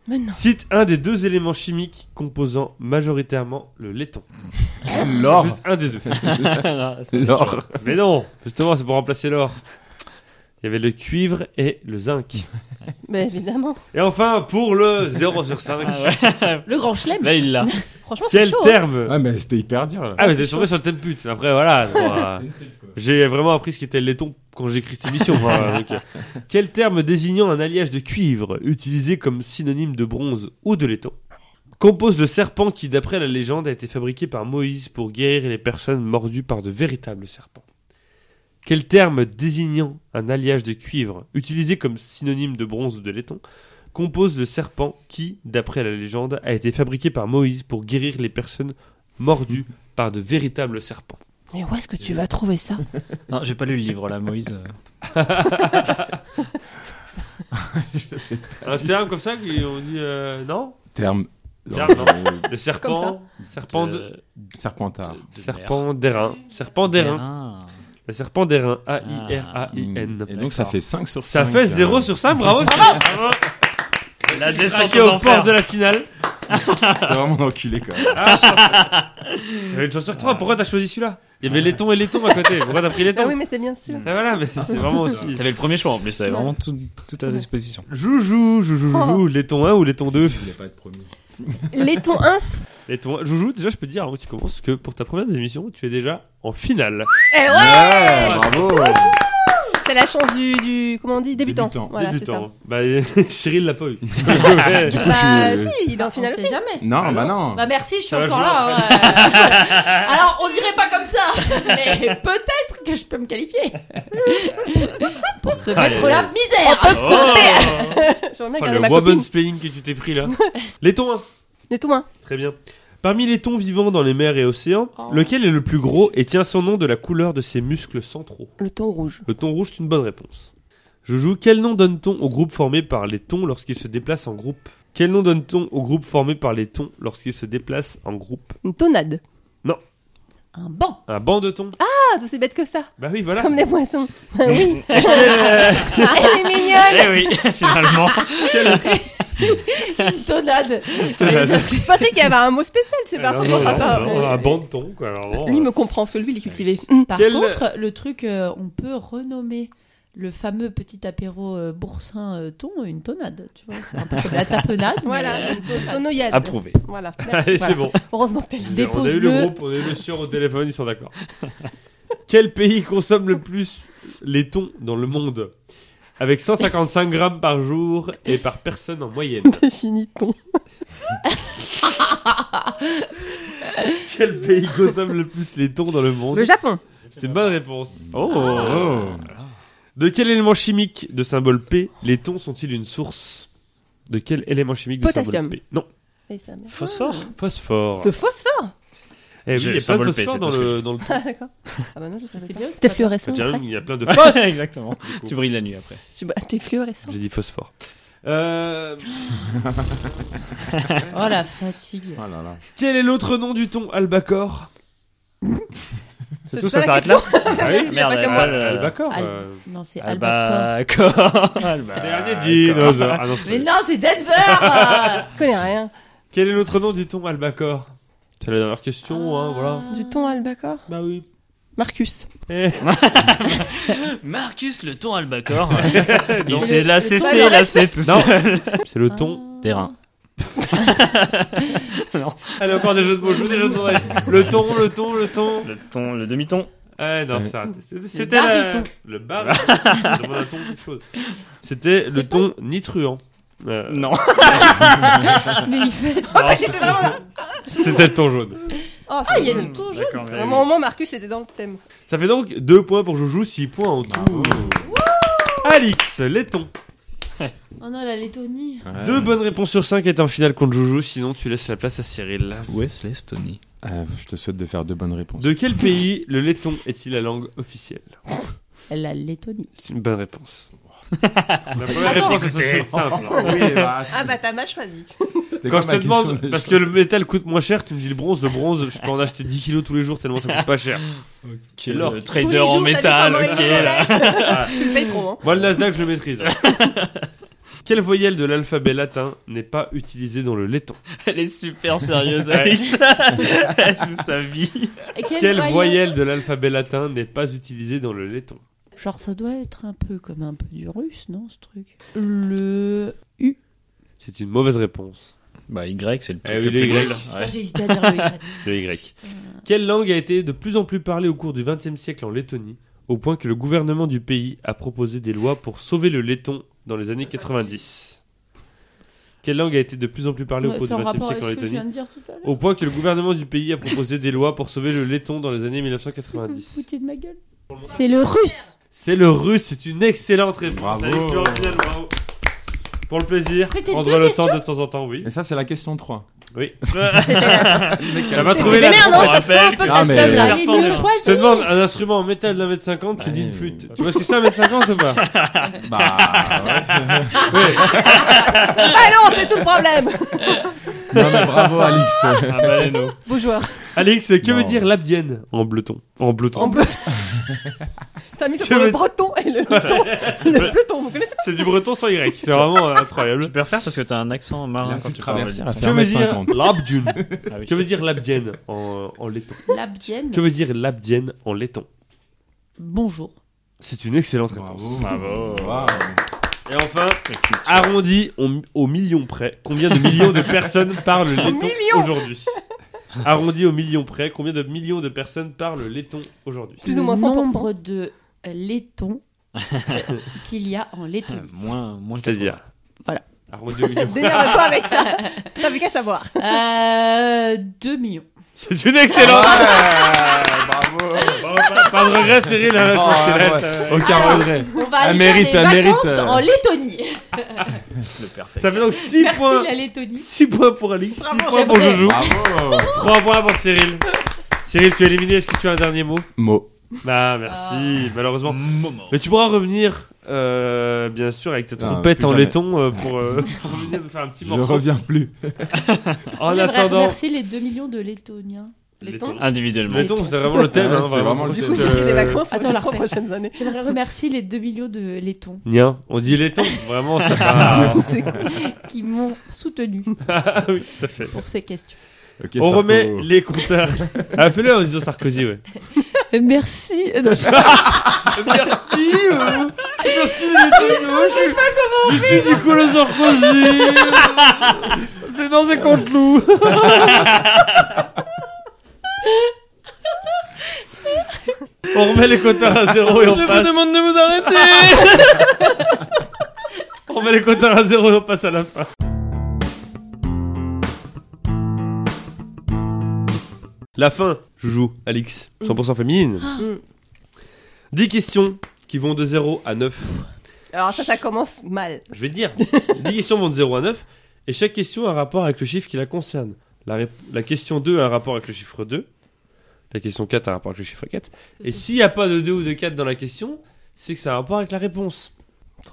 Mais non.
Cite un des deux éléments chimiques composant majoritairement le laiton.
*laughs* L'or
Juste un des *laughs* deux.
*laughs*
L'or
Mais non, justement, c'est pour remplacer l'or. Il y avait le cuivre et le zinc.
Mais évidemment.
Et enfin, pour le 0 sur 5,
Le grand chelem.
Ah, Là, il l'a.
Franchement, Ah c'est
quel
chaud. hein.
terme
Ah, mais c'était hyper dur là.
Ah, mais vous êtes tombé sur le thème pute. Après, voilà. bon, euh, j'ai vraiment appris ce qu'était le laiton quand j'ai écrit cette émission. voilà, donc, euh. Quel terme désignant un alliage de cuivre, utilisé comme synonyme de bronze ou de laiton, compose le serpent qui, d'après la légende, a été fabriqué par Moïse pour guérir les personnes mordues par de véritables serpents Quel terme désignant un alliage de cuivre, utilisé comme synonyme de bronze ou de laiton, compose le serpent qui, d'après la légende, a été fabriqué par Moïse pour guérir les personnes mordues par de véritables serpents.
hein. Mais où est-ce que tu vas trouver ça
Non, j'ai pas lu le livre là, Moïse. euh.
Un terme comme ça qu'on dit euh, non
Terme.
Terme, non.
Euh,
Le serpent, serpent,
Euh,
de,
De-
Ah,
Serpentard.
Euh, de- de mer.
serpent d'airain, serpent d'airain,
D'airain.
le serpent d'airain, A I R A I N.
Et donc ça fait euh, 5 sur hein. 5.
Ça fait 0 sur 5, bravo.
La
c'est
descente
craqué
aux
au port
enfers.
de la finale.
*laughs* T'es vraiment enculé quand même.
T'avais une chance sur 3, pourquoi t'as choisi celui-là Il y avait laiton et laiton à côté. Pourquoi t'as pris laiton
Ah oui, mais c'est bien sûr.
Ah voilà, mais c'est vraiment aussi.
T'avais le premier choix en plus, t'avais vraiment tout, tout à disposition.
Joujou, joujou, joujou, laiton 1 ou laiton 2
Je voulais pas être promis.
*laughs* Laiton 1.
Laiton 1. Joujou, déjà je peux te dire avant que tu commences que pour ta première des émissions, tu es déjà en finale.
Eh ouais
Ouais, bravo
C'est la chance du, du- comment on dit débutant.
Débutant,
Voilà, c'est ça.
Débutant. Bah, *laughs* Cyril l'a pas eu.
Du coup,
Bah
je
euh,
suis... euh,
si, il est en finale
Ah,
on
aussi.
sait jamais.
Non, bah non
Bah merci, je suis
Ça va
encore
jouer
là.
*laughs*
hein, euh, *laughs* Alors, on dirait pas comme ça, mais peut-être que je peux me
*laughs*
qualifier. Pour te mettre la misère.
J'en ai
Oh,
gardé
le
ma copine.
woman's playing que tu t'es pris
*laughs*
là. Laiton 1.
Laiton 1.
Très bien. Parmi les thons vivants dans les mers et océans,
Oh.
lequel est le plus gros et tient son nom de la couleur de ses muscles centraux
Le ton rouge.
Le thon rouge est une bonne réponse. Je joue quel nom donne-t-on au groupe formé par les thons lorsqu'ils se déplacent en groupe Quel nom donne-t-on au groupe formé par les thons lorsqu'ils se déplacent en groupe
Une tonade.
Un banc.
*laughs* Un banc de thons
Ah, tout c'est bête que ça.
Bah oui, voilà. *laughs*
Comme des poissons. Ah oui. Ah, *laughs* elle est mignonne.
Eh oui, *laughs* finalement.
Une tonade.
Tonade.
Allez, ça,
Je pensais qu'il y avait un mot spécial, c'est pas
Alors, Ah Euh, non,
forcément
non, c'est
sympa.
vraiment un banc de thons, quoi. alors vraiment,
Lui
euh,
me comprend, parce que lui il est cultivé.
c'est- Par
Quel-
contre, le truc, euh, on peut renommer le fameux petit apéro euh, boursin euh, thon une tonade. Tu vois, c'est un peu comme la
*laughs*
tapenade. mais,
*laughs* Voilà,
euh,
une to- tonoyade.
Approuvé.
Voilà.
Allez, c'est bon.
Heureusement que t'es
*laughs*
là.
On a eu le
Dépose-le.
groupe, on a eu le sûr au téléphone, ils sont
*laughs*
d'accord. Quel pays consomme le plus les thons dans le monde Avec 155 grammes par jour et par personne en moyenne.
*laughs* T'es fini ton.
Quel pays consomme le plus les thons dans le monde
Le Japon.
C'est une bonne réponse.
Oh
De quel élément chimique de symbole P les thons sont-ils une source De quel élément chimique de
Potassium.
symbole P Non,
Et ça me-
Phosphore
phosphore.
*laughs*
Ce phosphore
Eh oui,
J'ai
il y a plein de
symbole P,
phosphore
c'est
dans
tout ce que
le, dans le thon.
*laughs* Ah d'accord. Ah bah non, je savais
C'est
pas.
bien, c'est
T'es
pas
fluorescent
Tiens,
après
Il y a plein de *laughs*
Exactement. *laughs* Tu brilles la nuit après.
Tu- bah, T'es fluorescent.
J'ai dit phosphore. Euh,
Oh la fatigue.
Oh là là.
Quel est l'autre nom du thon albacore
C'est
C'était
tout, ça
ça la
s'arrête là
Ah oui,
y a pas que moi.
euh,
Albacore.
Al-
euh,
Non, c'est Albator.
Albacore. *laughs*
Ah,
Albacore.
Dernier dinosaure. Ah non, c'est
Mais
pas-
non, c'est
*laughs*
Denver euh.
Je connais rien.
Quel est l'autre nom du thon albacore C'est la dernière question, hein, voilà.
Ah.
Du thon albacore
Bah oui.
Marcus.
Eh,
Marcus, le ton *laughs* albacore.
non.
Il s'est lassé,
le-
c'est lassé tout
Non.
seul.
C'est le thon.
Ah.
Terrain.
Allez, encore des jeux de mots, je veux des jeux de mots. allez. Le thon, le thon, le thon.
Le ton, le demi-ton.
Eh non,
Ouais.
ça. c'était- C'était la-
baryton.
le bar. demande un ton, quelque chose. C'était le thon nitruant. Euh,
Non.
Mais il fait.
J'étais vraiment là.
*laughs* C'était le thon jaune.
Oh,
Ah,
c'est-
il y a du ton jaune
D'accord,
Vraiment, au moins, Marcus était dans le thème.
Ça fait donc 2 points pour Joujou, 6 points en tout. Alix, les thons.
Oh non, la Lettonie.
Ah, Euh.
Deux bonnes réponses sur 5 étaient en finale contre Joujou, sinon tu laisses la place à Cyril.
Où est l'Estonie
Euh, je te souhaite de faire deux bonnes réponses.
De quel pays le laiton est-il la langue officielle
La Lettonie.
C'est une bonne réponse. La première
Attends.
réponse, c'est simple.
Ah, bah, t'as mal choisi.
Quand
C'était quoi
je te
ma question
demande,
déjà
parce que le métal coûte moins cher, tu me dis le bronze, le bronze, je peux en acheter 10 kilos tous les jours tellement ça coûte pas cher.
Qui est
l'or.
euh,
le
Tous les
trader
jours,
en
t'as dit
métal,
comment
ok.
il
là.
en est. *laughs* Tu le payes trop, hein.
Moi, le Nasdaq, je le *laughs* maîtrise. Quelle voyelle de l'alphabet latin n'est pas utilisée dans le laiton
Elle est super sérieuse, Alex. *laughs* Elle joue sa vie.
Et quelle,
Quelle
voyelle
voyelle de l'alphabet latin n'est pas utilisée dans le laiton
Genre, ça doit être un peu comme un peu du russe, non, ce truc Le U.
C'est une mauvaise réponse.
Bah, Y, c'est le
Eh
truc
oui,
le
les
plus
Grecs.
drôle.
Putain, J'ai hésité à dire le
*laughs*
Y.
Le Y. Quelle langue a été de plus en plus parlée au cours du XXe siècle en Lettonie, au point que le gouvernement du pays a proposé des lois pour sauver le laiton dans les années 90 Quelle langue a été de plus en plus parlée au
Ouais,
cours du
C'est en
XXe
rapport avec
siècle en
ce que je
Lettonie Oh.
viens de dire tout à l'heure.
Au point que le gouvernement du pays a proposé des lois pour sauver le laiton dans les années
Vous vous
1990.
foutez de ma gueule C'est le russe
C'est le russe, c'est une excellente réponse.
Bravo.
Allez, tu rentres, Lionel, bravo. Pour le plaisir,
C'était
prendre
deux
le temps de temps en temps, oui.
Et ça, c'est la question Ah, 3.
Oui.
Elle
va
C'est-
trouver la
mais merde,
troupe,
non,
on
ça sent un peu
rappelle.
ta
Ah, mais-
seule, là.
euh,
Serpent,
Allez, mieux
mais-
Je te
choisi
demande un instrument en métal d'un mètre cinquante, tu dis une
Ouais,
flûte.
ouais.
Tu vois ce que c'est un mètre cinquante *laughs* ou pas
Bah. ouais.
Ah non, c'est tout le problème.
*laughs*
Non, mais bravo, Alix.
Ah, baléno.
Beau joueur.
*laughs*
Alex, que
Non.
veut dire l'abdienne en bleuton En bleuton.
En breton. T'as mis ça
Je
pour
me-
le breton et le breton. Le breton, vous connaissez
C'est du breton sans Y. C'est vraiment euh, incroyable.
Tu peux refaire parce que t'as un accent marin quand tu parles.
traverser la
Que veut dire
50
l'abdune
Ah oui.
Que veut dire l'abdienne en, en laiton
L'abdienne
Que veut dire l'abdienne en laiton
Bonjour.
C'est une excellente réponse.
Bravo.
Bravo.
Wow.
Et enfin, arrondi au, au million près, combien de millions de personnes parlent laiton aujourd'hui Arrondi au million près, combien de millions de personnes parlent laiton aujourd'hui
Plus ou moins
Le
100%.
nombre de euh,
*laughs*
laitons euh, qu'il y a en
Euh,
laiton.
Moins, moins
C'est-à-dire
Voilà.
Arrondi au million.
Démerde-toi
*laughs*
avec ça. T'as plus qu'à savoir.
Euh, 2 millions.
C'est une excellente
Bravo.
Bon, pas, pas de regret, Cyril. hein, je pense que là, t'as-
Aucun
Alors,
regret.
On va aller
mérite,
faire des
elle
vacances
mérite, euh.
en Lettonie
Le perfect.
Ça fait donc 6
Merci
points.
la Lettonie
6 points pour Alix, 6
Bravo,
points pour
j'aime
Jojo,
Bravo.
3 points pour Cyril. Cyril, tu es éliminé, est-ce que tu as un dernier mot
Mot.
Bah
Ah.
merci, malheureusement.
Moment.
Mais tu pourras revenir, euh, bien sûr, avec ta
Non,
trompette
Ah, plus
en
jamais.
laiton euh, pour, euh,
*laughs*
pour venir nous faire un petit
Je
morceau.
reviens plus.
En
J'aimerais
attendant,
remercier les 2 millions de Lettoniens.
laiton, Ah,
Individuellement.
laiton, c'est vraiment Euh, le thème.
Ouais,
hein,
c'était vraiment le
Ah, Du
Du
coup,
coup,
j'ai pris des vacances
Attends,
pour les
la
trois
refais.
prochaines années.
J'aimerais remercier les 2 millions de laitons
Nien, on dit
*laughs*
laiton, vraiment, c'est pas...
C'est cool.
qui m'ont soutenu
Ah oui, tout à fait.
pour ces questions.
Ok,
on
Sarko.
remet les
*laughs*
compteurs. Ah, fais-le en disant Sarkozy, ouais.
*laughs* Merci. euh, non, je-
Merci, euh, merci les deux. Moi, je, je suis Nicolas Sarkozy. c'est dans et contre nous. on remet les quotas à zéro et on passe.
de vous arrêter
On remet les quotas à zéro et on passe à la fin. La fin, Joujou, Alix, 100% féminine. 10 questions qui vont de 0 à 9.
Alors ça, ça commence mal.
Je vais te dire. *laughs* 10 questions vont de 0 à 9 et chaque question a un rapport avec le chiffre qui la concerne. La, rép- la question 2 a un rapport avec le chiffre 2. La question 4 a un rapport avec le chiffre 4. Et s'il n'y a pas de 2 ou de 4 dans la question, c'est que ça a un rapport avec la réponse.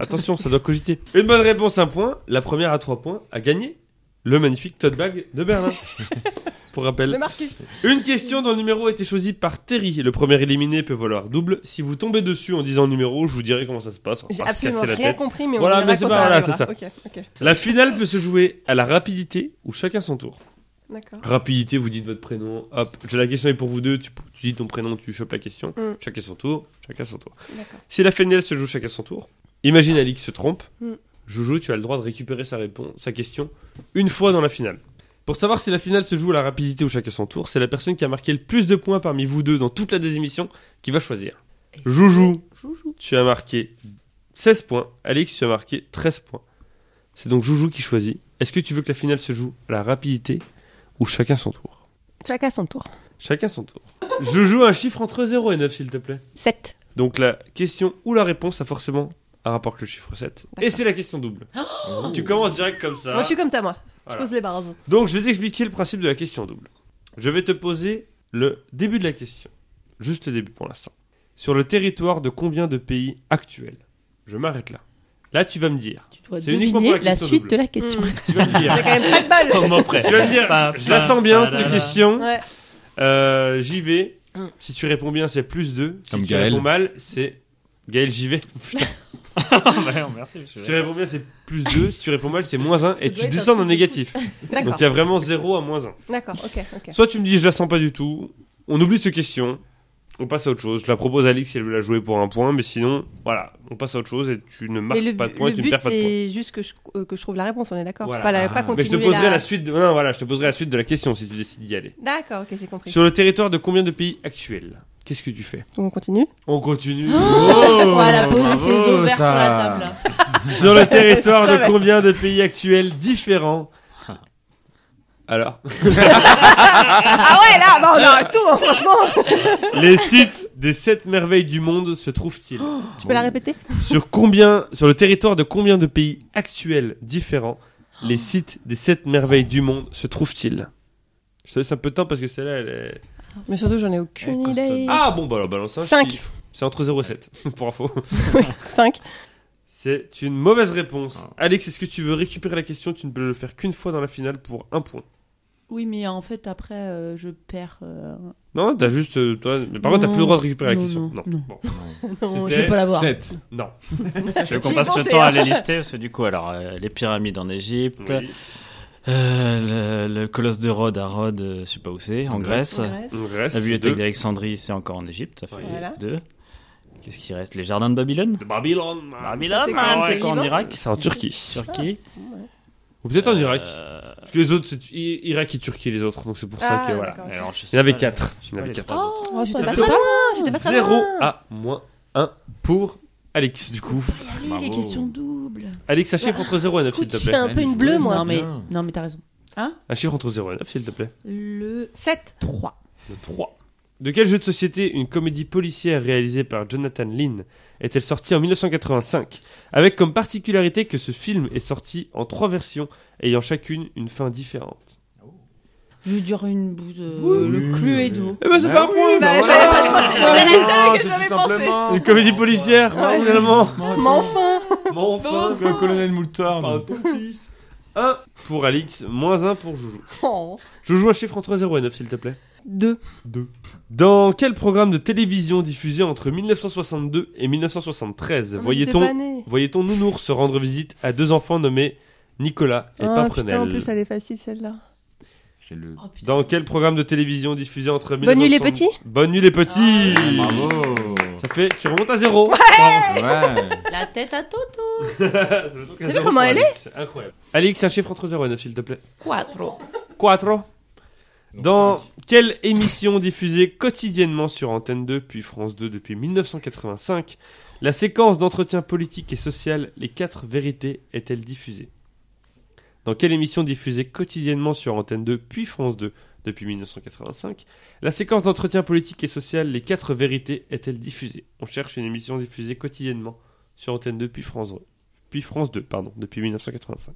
Attention, ça doit cogiter. Une bonne réponse, un point. La première à 3 points a gagné. le magnifique tote bag de
*laughs*
Berlin. Pour rappel.
Le Marcus.
Une question dont le numéro a été choisi par Terry. Le premier éliminé peut valoir double. Si vous tombez dessus en disant le numéro, je vous dirai comment ça se passe. On va
J'ai
pas se
absolument
casser la
rien
tête.
compris, mais
Voilà,
on verra
mais c'est
quand
pas- voilà,
arrivera.
c'est ça.
Ok, ok,
La finale peut se jouer à la rapidité ou chacun son tour.
d'accord.
Rapidité, vous dites votre prénom. Hop, je- la question est pour vous deux. Tu, tu dis ton prénom, tu chopes la question.
Mm.
Chacun son tour. Chacun son tour.
D'accord.
Si la finale se joue chacun son tour, imagine Ali qui se trompe.
Mm.
Joujou, tu as le droit de récupérer sa réponse, sa question, une fois dans la finale. Pour savoir si la finale se joue à la rapidité ou chacun son tour, c'est la personne qui a marqué le plus de points parmi vous deux dans toute la désémission qui va choisir. Joujou,
Joujou.
tu as marqué 16 points. Alix, tu as marqué 13 points. C'est donc Joujou qui choisit. Est-ce que tu veux que la finale se joue à la rapidité ou chacun son tour
Chacun son tour.
Chacun son tour. Joujou, un chiffre entre 0 et 9, s'il te plaît.
7.
Donc la question ou la réponse a forcément un rapport avec le chiffre 7. Et c'est la question double.
Oh.
Tu commences direct comme ça.
Oh. Moi, je suis comme ça, moi.
Voilà.
Je pose les barres.
Donc je vais t'expliquer le principe de la question double. Je vais te poser le début de la question. Juste le début pour l'instant. Sur le territoire de combien de pays actuels Je m'arrête là. Là, tu vas me dire.
Tu dois
C'est uniquement pour la
deviner la
question
suite
double.
de la question.
Tu vas me
*laughs*
dire.
J'ai quand même pas de
*laughs*
balle.
Moment près.
tu vas me dire. Je la sens bien cette question.
Ouais.
Euh, j'y vais.
Mm.
Si tu réponds bien, c'est plus 2. Si
Comme
tu
Gaël.
réponds mal, c'est. Gaël, j'y vais.
Merci.
Si tu réponds bien, c'est plus
*laughs*
2. Si tu réponds mal, c'est moins 1. Et
doit
tu
être
descends
un
en
truc de
négatif.
D'accord.
Donc il y a vraiment 0 à moins 1.
D'accord, ok, ok.
Soit tu me dis, je la sens pas du tout. On oublie cette question. On passe à autre chose. Je la propose à Alix si elle veut la jouer pour un point. Mais sinon, voilà. On passe à autre chose et tu ne
Mais
marques
le,
pas de point et
le
tu ne
but,
perds pas de point.
c'est juste que je, euh, que je trouve la réponse, on est d'accord
Voilà.
Pas, la,
Ah,
pas
mais
Mais
continuer
je te poserai
la-
la suite. De... Non, voilà, je te poserai la suite de la question si tu décides d'y aller.
D'accord, ok, j'ai compris.
Sur le territoire de combien de pays actuels Qu'est-ce que tu fais
Donc, On continue
On continue.
Hmm. *laughs*
Ah
Oh,
On va la poser
bravo,
ses ovaires
ça.
sur la table. là.
Sur le territoire
*laughs* Ça
de
va.
combien de pays actuels
*laughs*
différents Alors,
Ah ouais, là, bah,
*laughs*
on aura tout, hein, franchement
les sites des sept merveilles du monde se trouvent-ils
Tu peux la répéter
Sur combien sur le territoire de combien de pays actuels différents les sites des sept merveilles du monde se trouvent-ils Je te laisse un peu de temps parce que celle-là elle est
Mais surtout, j'en ai aucune
Ouais,
idée.
Ah bon bah alors balance un
Cinq.
chiffre. C'est entre 0 et 7 *laughs* pour info.
5.
C'est une mauvaise réponse. Alex, est-ce que tu veux récupérer la question Tu ne peux le faire qu'une fois dans la finale pour un point.
Oui, mais en fait, après, euh, je perds. euh,
Non, t'as juste. euh, toi, mais par contre, t'as
Non.
plus le droit de récupérer la
Non,
question.
non, non.
Bon.
*laughs* Non,
C'était
Oh, je vais pas l'avoir.
7.
Non.
Je veux
J'y
qu'on
ai
passe le
pensé,
temps
hein.
à les lister, parce que du coup, alors, euh, les pyramides en Égypte,
Oui.
euh, le, le colosse de Rhodes à Rhodes, euh, je sais pas où c'est, en,
En
Grèce.
On reste.
La bibliothèque
deux.
d'Alexandrie, c'est encore en Égypte, ça fait
Oui.
Voilà.
deux. Qu'est-ce qui reste Les jardins de Babylone
De Babylone. man.
Babylone,
c'est
man,
quoi,
c'est
c'est
quoi en
Liban
Irak
C'est en Turquie.
Turquie
Ou peut-être en Irak.
Euh,
Parce que les autres, c'est I- Irak et Turquie, les autres. Donc c'est pour ça
Ah,
que voilà.
d'accord.
alors, je sais
Il y en avait
pas,
4.
je sais pas
Ah, Il y en avait
les
4.
trois autres.
Oh,
j'étais
ça
pas
fait
très
pas.
loin, Ah, j'étais pas très
0
loin.
à moins 1 pour Alex, du coup.
Allez, les questions doubles.
Alex, un chiffre entre 0 et 9, s'il
Écoute,
te
je
plaît.
suis un peu une bleue, moi.
non, mais,
Bien.
non, mais t'as raison.
Un chiffre entre 0 et 9, s'il te plaît.
Le
7.
3.
Le 3. De quel jeu de société une comédie policière réalisée par Jonathan Lynn est-elle sortie en 1985 Avec comme particularité que ce film est sorti en trois versions, ayant chacune une fin différente.
Je veux dire une bouse. euh,
Oui.
le Cluedo.
Eh ben ça fait un point
bah,
bah,
j'avais
voilà.
pas- je pensais- c'était la seule que
c'est
j'avais
tout
pensé.
simplement-
Une comédie policière
Ouais.
oh, finalement.
Mais enfin
Mais enfin
Le colonel Moultard.
Par un ton fils. 1 pour Alix, moins 1 pour Joujou.
Oh.
Joujou, un chiffre entre 0 et 9, s'il te plaît.
2.
Dans quel programme de télévision diffusé entre 1962 et
Ah,
1973 voyait-on Voyait-on Nounours se rendre visite à deux enfants nommés Nicolas et
Ah, putain,
Pimprenel
en plus, elle est facile, celle-là.
C'est le.
Oh, putain.
Dans quel programme de télévision diffusé entre
Bonne nuit, les petits
Bonne nuit les petits
Bravo.
Ça fait, tu remontes à zéro
Ouais.
La tête à Toto.
*laughs* Ça fait donc à
vu
zéro
comment
pour
elle
Alix. C'est incroyable. Alix, un chiffre entre 0 et 9, s'il te plaît.
4.
4. Dans quelle émission diffusée quotidiennement sur Antenne 2 puis France 2 depuis 1985, la séquence d'entretien politique et social Les 4 vérités est-elle diffusée Dans quelle émission diffusée quotidiennement sur Antenne 2 puis France 2 depuis 1985, la séquence d'entretien politique et social Les 4 vérités est-elle diffusée On cherche une émission diffusée quotidiennement sur Antenne 2 puis France 2, puis France 2 pardon, depuis 1985.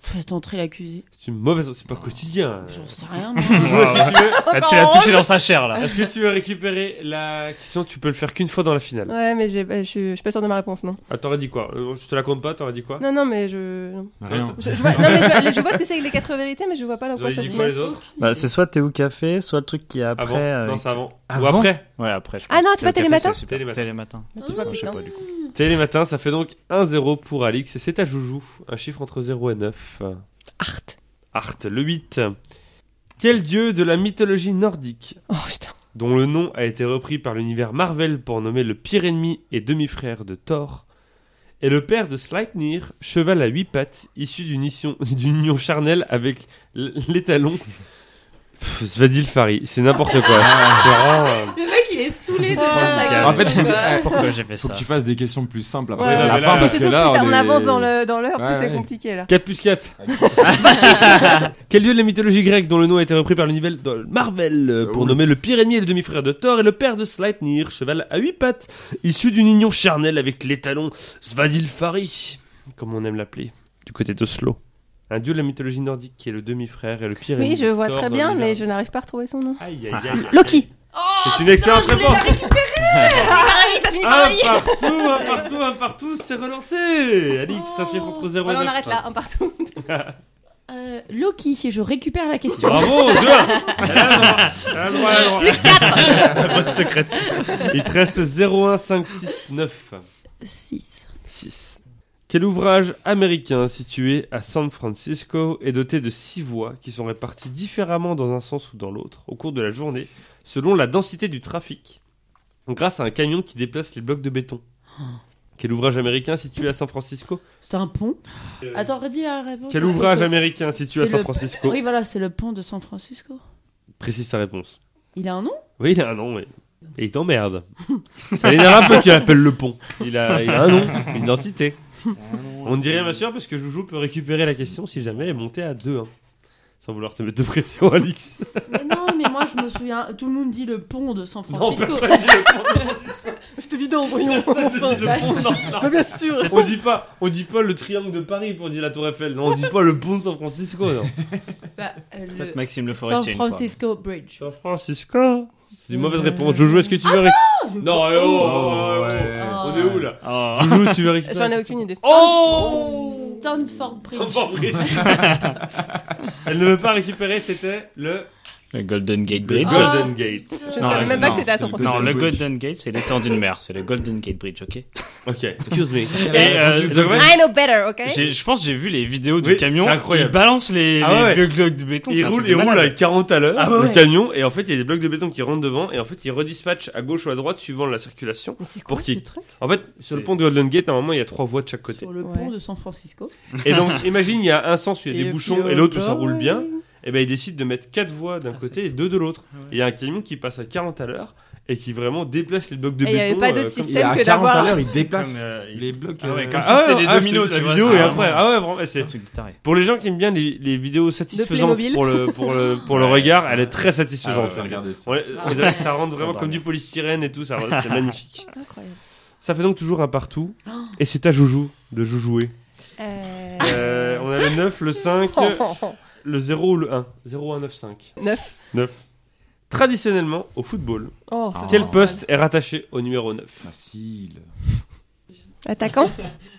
Faites entrer l'accusé.
C'est une mauvaise. C'est pas quotidien. hein.
J'en sais
*laughs*
rien. moi.
Joue, Est-ce que tu veux-
Ah, tu l'as touché dans sa chair là.
*laughs* est-ce que, tu veux récupérer la question Tu peux le faire qu'une fois dans la finale.
Ouais, mais j'ai- bah, je suis- je suis pas sûre de ma réponse, non.
Ah, t'aurais dit quoi Euh, Je te la compte pas, t'aurais dit quoi
Non, non, mais je.
Rien.
Je, je vois, non, mais je, je vois ce que c'est que les quatre vérités, mais je vois pas dans
Vous
quoi
auriez
ça se
dit quoi
met.
les autres
Bah,
c'est soit Théo Café, soit le truc qui euh, est
Ah
Avant
euh,
Non, c'est avant. Ou
Avant
après
Ouais, après. je
Ah non,
pense
c'est
que
pas
Télé
Télématin
Café, c'est super.
Télématin.
Télématin.
Tu vois,
Je sais
putain.
pas du coup.
Télématin, ça fait donc 1-0 pour Alix. Et c'est ta joujou. Un chiffre entre 0 et 9.
Art.
Art, le 8. Quel dieu de la mythologie nordique
Oh putain.
dont le nom a été repris par l'univers Marvel pour nommer le pire ennemi et demi-frère de Thor, est le père de Sleipnir, cheval à huit pattes, issu d'une issue- *laughs* d'une union charnelle avec l- l'étalon. Pff, Svadil Fari, c'est n'importe quoi. C'est vraiment, euh,
Le mec, il est saoulé de
Ouais.
sa
En fait,
question,
*laughs*
faut-
Ah,
quoi.
Pourquoi j'ai fait
Faut
ça
que tu fasses des questions plus simples après
Ouais,
la
mais là,
fin
là,
parce
Surtout
que là
plus tard, on
est-
avance dans le- dans l'heure,
Ouais,
plus c'est
ouais.
compliqué là.
4 plus 4. *laughs* Quel dieu de la mythologie grecque dont le nom a été repris par l'univers de Marvel euh, pour
Oulx.
nommer le pire ennemi et le demi-frère de Thor est le père de Sleipnir, cheval à huit pattes, issu d'une union charnelle avec l'étalon Svadilfari, comme on aime l'appeler, du côté d'Oslo. Un dieu de la mythologie nordique qui est le demi-frère et le pire ennemi.
Oui, je
de
vois
Thor
très
dans
bien, mais
l'univers.
je n'arrive pas à retrouver son nom.
Aïe, aïe, aïe.
Loki.
Oh,
C'est une excellente
putain, je voulais
réponse.
Pareil, Ah, ça finit
Un
pareil.
partout, un partout, un partout, c'est relancé Alix, ça fait contre 0
Voilà, on arrête là,
*laughs*
un partout.
la- Euh, Loki, et je récupère la question.
Bravo, 2 Elle a le droit, elle a le droit, elle a le droit.
Plus 4
Boîte secrète. Il te reste 0, 1, 5, 6, 9,
6.
6. Quel ouvrage américain situé à San Francisco est doté de 6 voies qui sont réparties différemment dans un sens ou dans l'autre au cours de la journée selon la densité du trafic grâce à un camion qui déplace les blocs de béton Quel ouvrage américain situé à San Francisco
C'est un pont. Attends, redis la réponse.
Euh, Quel ouvrage américain situé à
C'est
San
le-
Francisco
Oui, voilà, c'est le pont de San Francisco.
Précise ta réponse.
Il a un nom
Oui, il a un nom, oui. Et il t'emmerde. Ça l'énerve un peu qu'il appelle le pont. Il a, il a un nom, une identité. On ne dit rien, bien sûr, parce que Joujou peut récupérer la question si jamais elle est montée à 2-1. Sans vouloir te mettre de pression, Alix.
Mais non, mais moi je me souviens, tout le monde dit le pont de San
Non,
Francisco.
personne dit le pont.
*laughs* C'est évident,
*laughs*
voyons.
Personne ne dit le
bah,
pont,
si.
non, non.
Mais
*laughs*
bien sûr.
On dit pas, on dit pas le triangle de Paris pour dire la Tour Eiffel. Non, on dit pas le pont de San Francisco. Non.
Bah, euh, le-
Peut-être Maxime Le
San
Forestier une fois.
Francisco Bridge.
San Francisco. C'est une mauvaise réponse. Joujou, est-ce que tu veux récupérer Non, eh oh, oh, oh, oh. on est où là
Oh.
Joujou, tu veux récupérer
J'en ai aucune idée.
Oh
Stanford Bridge.
*laughs* Elle ne veut pas récupérer, c'était le
Le Golden Gate
le
Bridge.
Golden Gate.
Je
*laughs*
ne
Non,
savais même pas
non,
que c'était à San
c'est le
Francisco.
Non, le
Golden Bridge.
Golden Gate, c'est l'étang d'une mer. C'est le Golden Gate Bridge, ok
Ok, excuse *laughs* me.
Et, euh,
C'est vrai
I know better, ok
J'ai- Je pense que j'ai vu les vidéos du
Oui,
camion.
c'est incroyable.
Il balance les,
Ah
les
ouais.
vieux blocs de béton.
il
c'est un
roule,
truc
il
de
roule
malade.
à 40 à l'heure,
Ah ouais,
le
ouais.
camion, et en fait il y a des blocs de béton qui rentrent devant, et en fait ils redispatchent à gauche ou à droite suivant la circulation.
Mais c'est
Pour
quoi
qui
ce truc
En fait, sur le pont de Golden Gate, normalement il y a trois voies de chaque côté.
Sur le
Ouais.
pont de San Francisco.
Et
*laughs*
donc imagine, il y a un sens où il y a des
Et
bouchons,
puis,
et l'autre où
oh
euh,
oh,
ça roule bien,
ouais.
et ben ils décident de mettre quatre voies
Ah,
d'un côté et deux de l'autre. Et il y a un camion qui passe à 40 à l'heure, et qui vraiment déplace les blocs de
Et il y
béton.
avait
euh,
pas d'autre
comme ça.
système.
Et à
que
40 à
d'avoir- *laughs*
l'heure, il
Comme,
déplace
euh, il-
les blocs.
Ah ouais,
euh,
comme
Ah
ça, c'est
ouais,
les
ah,
dominos,
je te-
tu
la
vois.
vidéo
c'est
est
vraiment
incroyable. Ah ouais, vraiment, c'est
Un truc de taré.
pour les gens qui aiment bien les, les vidéos satisfaisantes
Playmobil.
pour le pour le pour le
Ouais.
regard, elle est très
Ah ouais,
satisfaisante. celle-là.
regardez ça.
On les- on les a- ça rentre
*laughs*
vraiment
J'adore
comme
bien.
du polystyrène et tout, ça rentre- c'est magnifique.
Incroyable.
Ça fait donc toujours un partout et c'est à joujou de joujouer.
Ah.
Euh...
Euh,
oh,
on a le 9, le
*laughs*
5, le 0 ou le 1. 0 1 9 5.
9.
9. Traditionnellement au football,
Oh, ça
Ah.
quel
commence
poste est rattaché au numéro 9
Facile.
mal.
*laughs*
Attaquant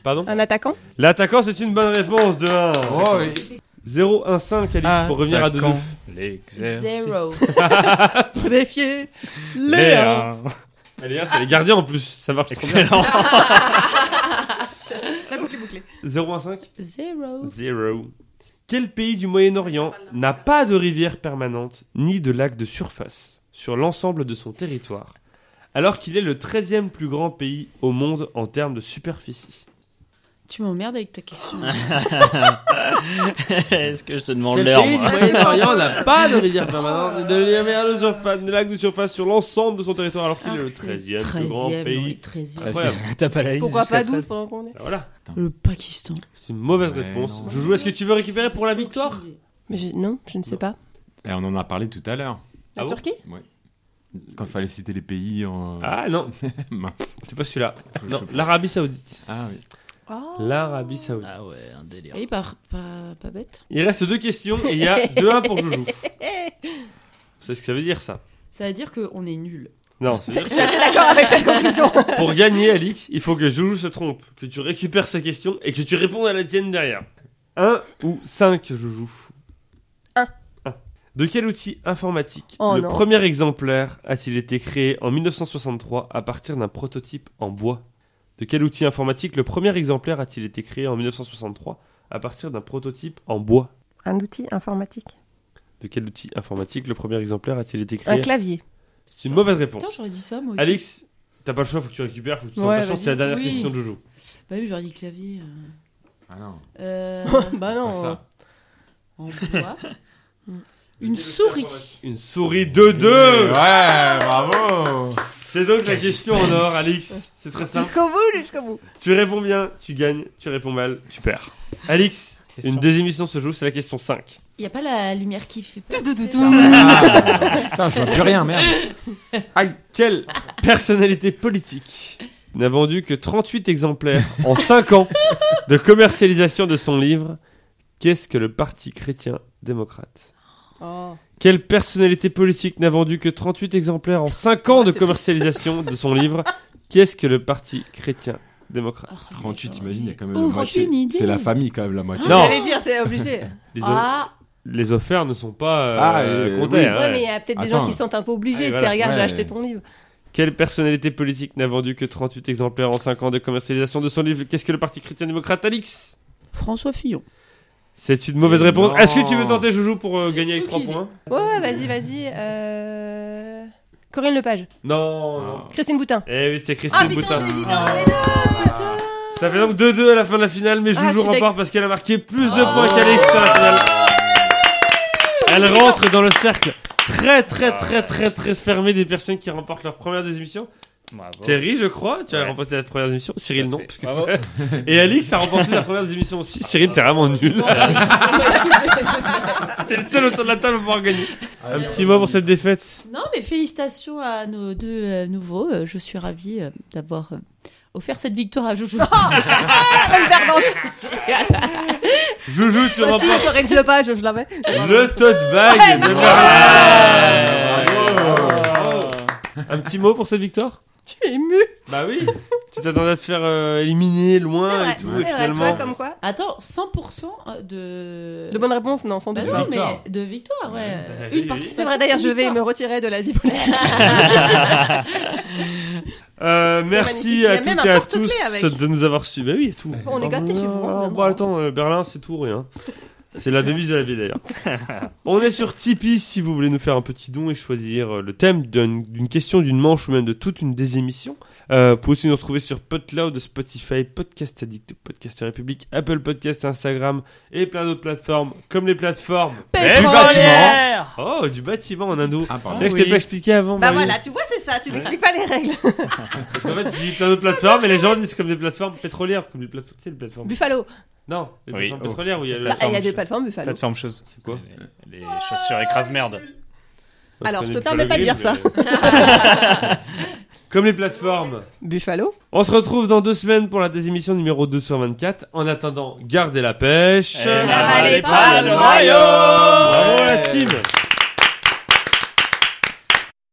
Pardon
Ah.
Un attaquant
L'attaquant, c'est une bonne réponse de 1.
Oh,
Oh,
Ah,
0 1 5 Alix
Ah,
pour revenir à 2
Attaquant.
9.
L'exercice.
Zero.
Pour défier Léa
Léa.
Allez, là, c'est les gardiens en plus, ça marche trop bien.
Excellent.
La boucle est bouclée.
0 1 5
Zero.
Zero. Quel pays du Moyen-Orient n'a pas de rivière permanente ni de lac de surface sur l'ensemble de son territoire, alors qu'il est le 13e plus grand pays au monde en termes de superficie
Tu m'emmerdes avec ta question.
Est-ce que je te
*laughs*
demande
Quel
l'heure
pays du
moi
Moyen-Orient n'a pas de rivière permanente ni de rivière de surface, ni de lac de surface sur l'ensemble de son territoire, alors qu'il est
Alors
le
que Ah, c'est
13e plus grand
13e, oui,
pays
13e.
Très
Incroyable.
bien. *laughs* T'as pas la liste
Pourquoi
jusqu'à
pas 12
treize.
pendant qu'on est
Ah, Voilà,
Le Pakistan.
c'est une mauvaise
Ouais,
réponse.
non.
Joujou, est-ce que tu veux récupérer pour la victoire
Mais je- Non, je ne sais
Non.
pas.
Et on en a parlé tout à l'heure.
La
Ah bon
Turquie
Quand il fallait citer les pays en.
Ah non,
*laughs* mince.
c'est pas celui-là.
Je
Non,
sais pas.
l'Arabie Saoudite.
Ah oui.
Oh.
l'Arabie Saoudite.
Ah ouais, un délire.
Oui, pas, pas, pas bête.
Il reste deux questions et il y
*laughs*
a 2-1 pour Joujou. C'est ce que ça veut dire ça
Ça veut dire qu'on est nul.
Non, c'est
Je suis assez d'accord avec cette conclusion.
Pour gagner, Alix, il faut que Joujou se trompe, que tu récupères sa question et que tu réponds à la tienne derrière. 1 ou 5, Joujou
Un.
Un. De quel outil informatique
Oh
le
non.
premier exemplaire a-t-il été créé en 1963 à partir d'un prototype en bois De quel outil informatique le premier exemplaire a-t-il été créé en 1963 à partir d'un prototype en bois
*laughs* Un outil informatique.
De quel outil informatique le premier exemplaire a-t-il été
Un
créé
clavier.
C'est une mauvaise réponse.
Putain, j'aurais dit ça, moi aussi.
Alix, t'as pas le choix, faut que tu récupères, faut que tu tentes
Ouais,
ta chance,
vas-y.
c'est la dernière
Oui.
question de Joujou.
Bah oui, j'aurais dit clavier. euh,
Ah non,
*laughs*
euh,
*laughs* bah
pas
non.
ça.
en bois. Une souris.
Une souris 2-2
Ouais, bravo
C'est donc la question en or, Alix. C'est très simple.
Jusqu'au bout, jusqu'au bout.
Tu réponds bien, tu gagnes, tu réponds mal, tu perds. Alix,
Question.
une désémission se joue, c'est la question 5.
Il y a pas la lumière qui fait.
Ah, Putain, je vois plus rien, merde.
Aïe Quelle personnalité politique n'a vendu que 38 exemplaires en 5 ans de commercialisation de son livre Qu'est-ce que le Parti chrétien démocrate
Oh.
Quelle personnalité politique n'a vendu que 38 exemplaires en 5
Ah,
ans de commercialisation de son livre Qu'est-ce que le Parti chrétien démocrate
38, t'imagines, il y a quand même
Ah, Oh,
la moitié.
aucune idée.
C'est la famille, quand même, la moitié.
Non.
J'allais dire, c'est obligé.
les, o-
Ah,
les offerts ne sont pas euh,
Ah, euh,
comptés.
oui.
hein,
Ouais,
ouais.
mais il y a peut-être des
Attends.
gens qui se sentent un peu obligés.
Allez,
tu sais,
voilà.
regarde, j'ai
Ouais.
acheté ton livre.
Quelle personnalité politique n'a vendu que 38 exemplaires en 5 ans de commercialisation de son livre Qu'est-ce que le Parti chrétien démocrate, Alix
François Fillon.
C'est une mauvaise
Mais
réponse.
non.
Est-ce que tu veux tenter, Joujou, pour euh, gagner avec 3
Aucune
points
Ouais, ouais, vas-y, vas-y. euh, Corinne Lepage. Oh.
Non, non.
Christine Boutin.
Eh oui, c'était Christine
Ah,
Boutin.
Ah.
Ça fait donc 2-2 à la fin de la finale, mais
Ah,
Joujou
je suis Ah.
remporte parce qu'elle a marqué plus de points qu'Alex à la finale. Elle rentre dans le cercle très très très très très fermé des personnes qui remportent leur première des émissions.
Bravo.
Terry, je crois, tu as
Ouais.
remporté la première des émissions. Cyril, non. parce que-
Bravo.
*laughs* Et Alix a remporté la première des émissions aussi. *laughs* Cyril, t'es vraiment *laughs* nul. T'es le seul autour de la table à pouvoir gagner. Un petit mot pour cette défaite.
Non, mais félicitations à nos deux euh, nouveaux. Euh, Je suis ravie euh, d'avoir euh, offert cette victoire à Joujou.
Ah
Joujou, tu
Moi aussi,
remportes
Corinne Lepage, je l'avais.
le tote bag de Marie. Bravo. Un petit mot pour cette victoire
Tu es ému.
Bah oui Tu t'attendais à se faire euh, éliminer
C'est
loin
vrai,
et
c'est
tout, et
vrai. Tu
finalement...
vois, comme quoi
*laughs* Attends, 100% euh, de.
De bonnes réponses Non, sans
Bah
doute.
De
non,
victoire.
mais de victoire, ouais.
Ouais.
Une partie.
C'est vrai, d'ailleurs, je vais me retirer de la vie politique.
Euh,
magnifique.
merci
Il y a
à
même
toutes
un
et à
porte-clés
tous
avec.
de nous avoir su. Bah oui, et tout.
On est gâtés, je vous
Ah,
vois.
Bon, attends, euh, Berlin, c'est tout ou rien. C'est la devise de la vie d'ailleurs.
*laughs*
On est sur Tipeee si vous voulez nous faire un petit don et choisir euh, le thème d'une d'une question, d'une manche ou même de toute une des émissions. Euh, vous pouvez aussi nous retrouver sur PodCloud, Spotify, Podcast Addict, Podcast République, Apple Podcast, Instagram et plein d'autres plateformes comme les plateformes.
Pétrolière
Oh, du bâtiment en indo.
Ah, pardon.
C'est vrai que je t'ai pas expliqué avant.
Bah
Marie.
voilà, tu vois, c'est ça. Tu m'expliques pas les règles.
Parce qu'en fait, tu dis plein de plateformes et les gens disent comme des plateformes pétrolières, comme des plateformes. Tu sais, les plateformes.
Buffalo.
Non, les
Oui.
plateformes
Oh.
pétrolières où il y a le.
Bah, Il Bah, y a
Plateforme,
des
je-
plateformes Buffalo.
Plateforme chose.
C'est quoi
Les chaussures écrase merde.
Alors, je te
connais
permets pas de dire
Buffalo Grill, mais- *laughs* comme les plateformes.
Buffalo.
On se retrouve dans deux semaines pour la désémission numéro 224. En attendant, gardez la pêche.
Et n'avalez
n'avalez pas le noyau.
Bravo la team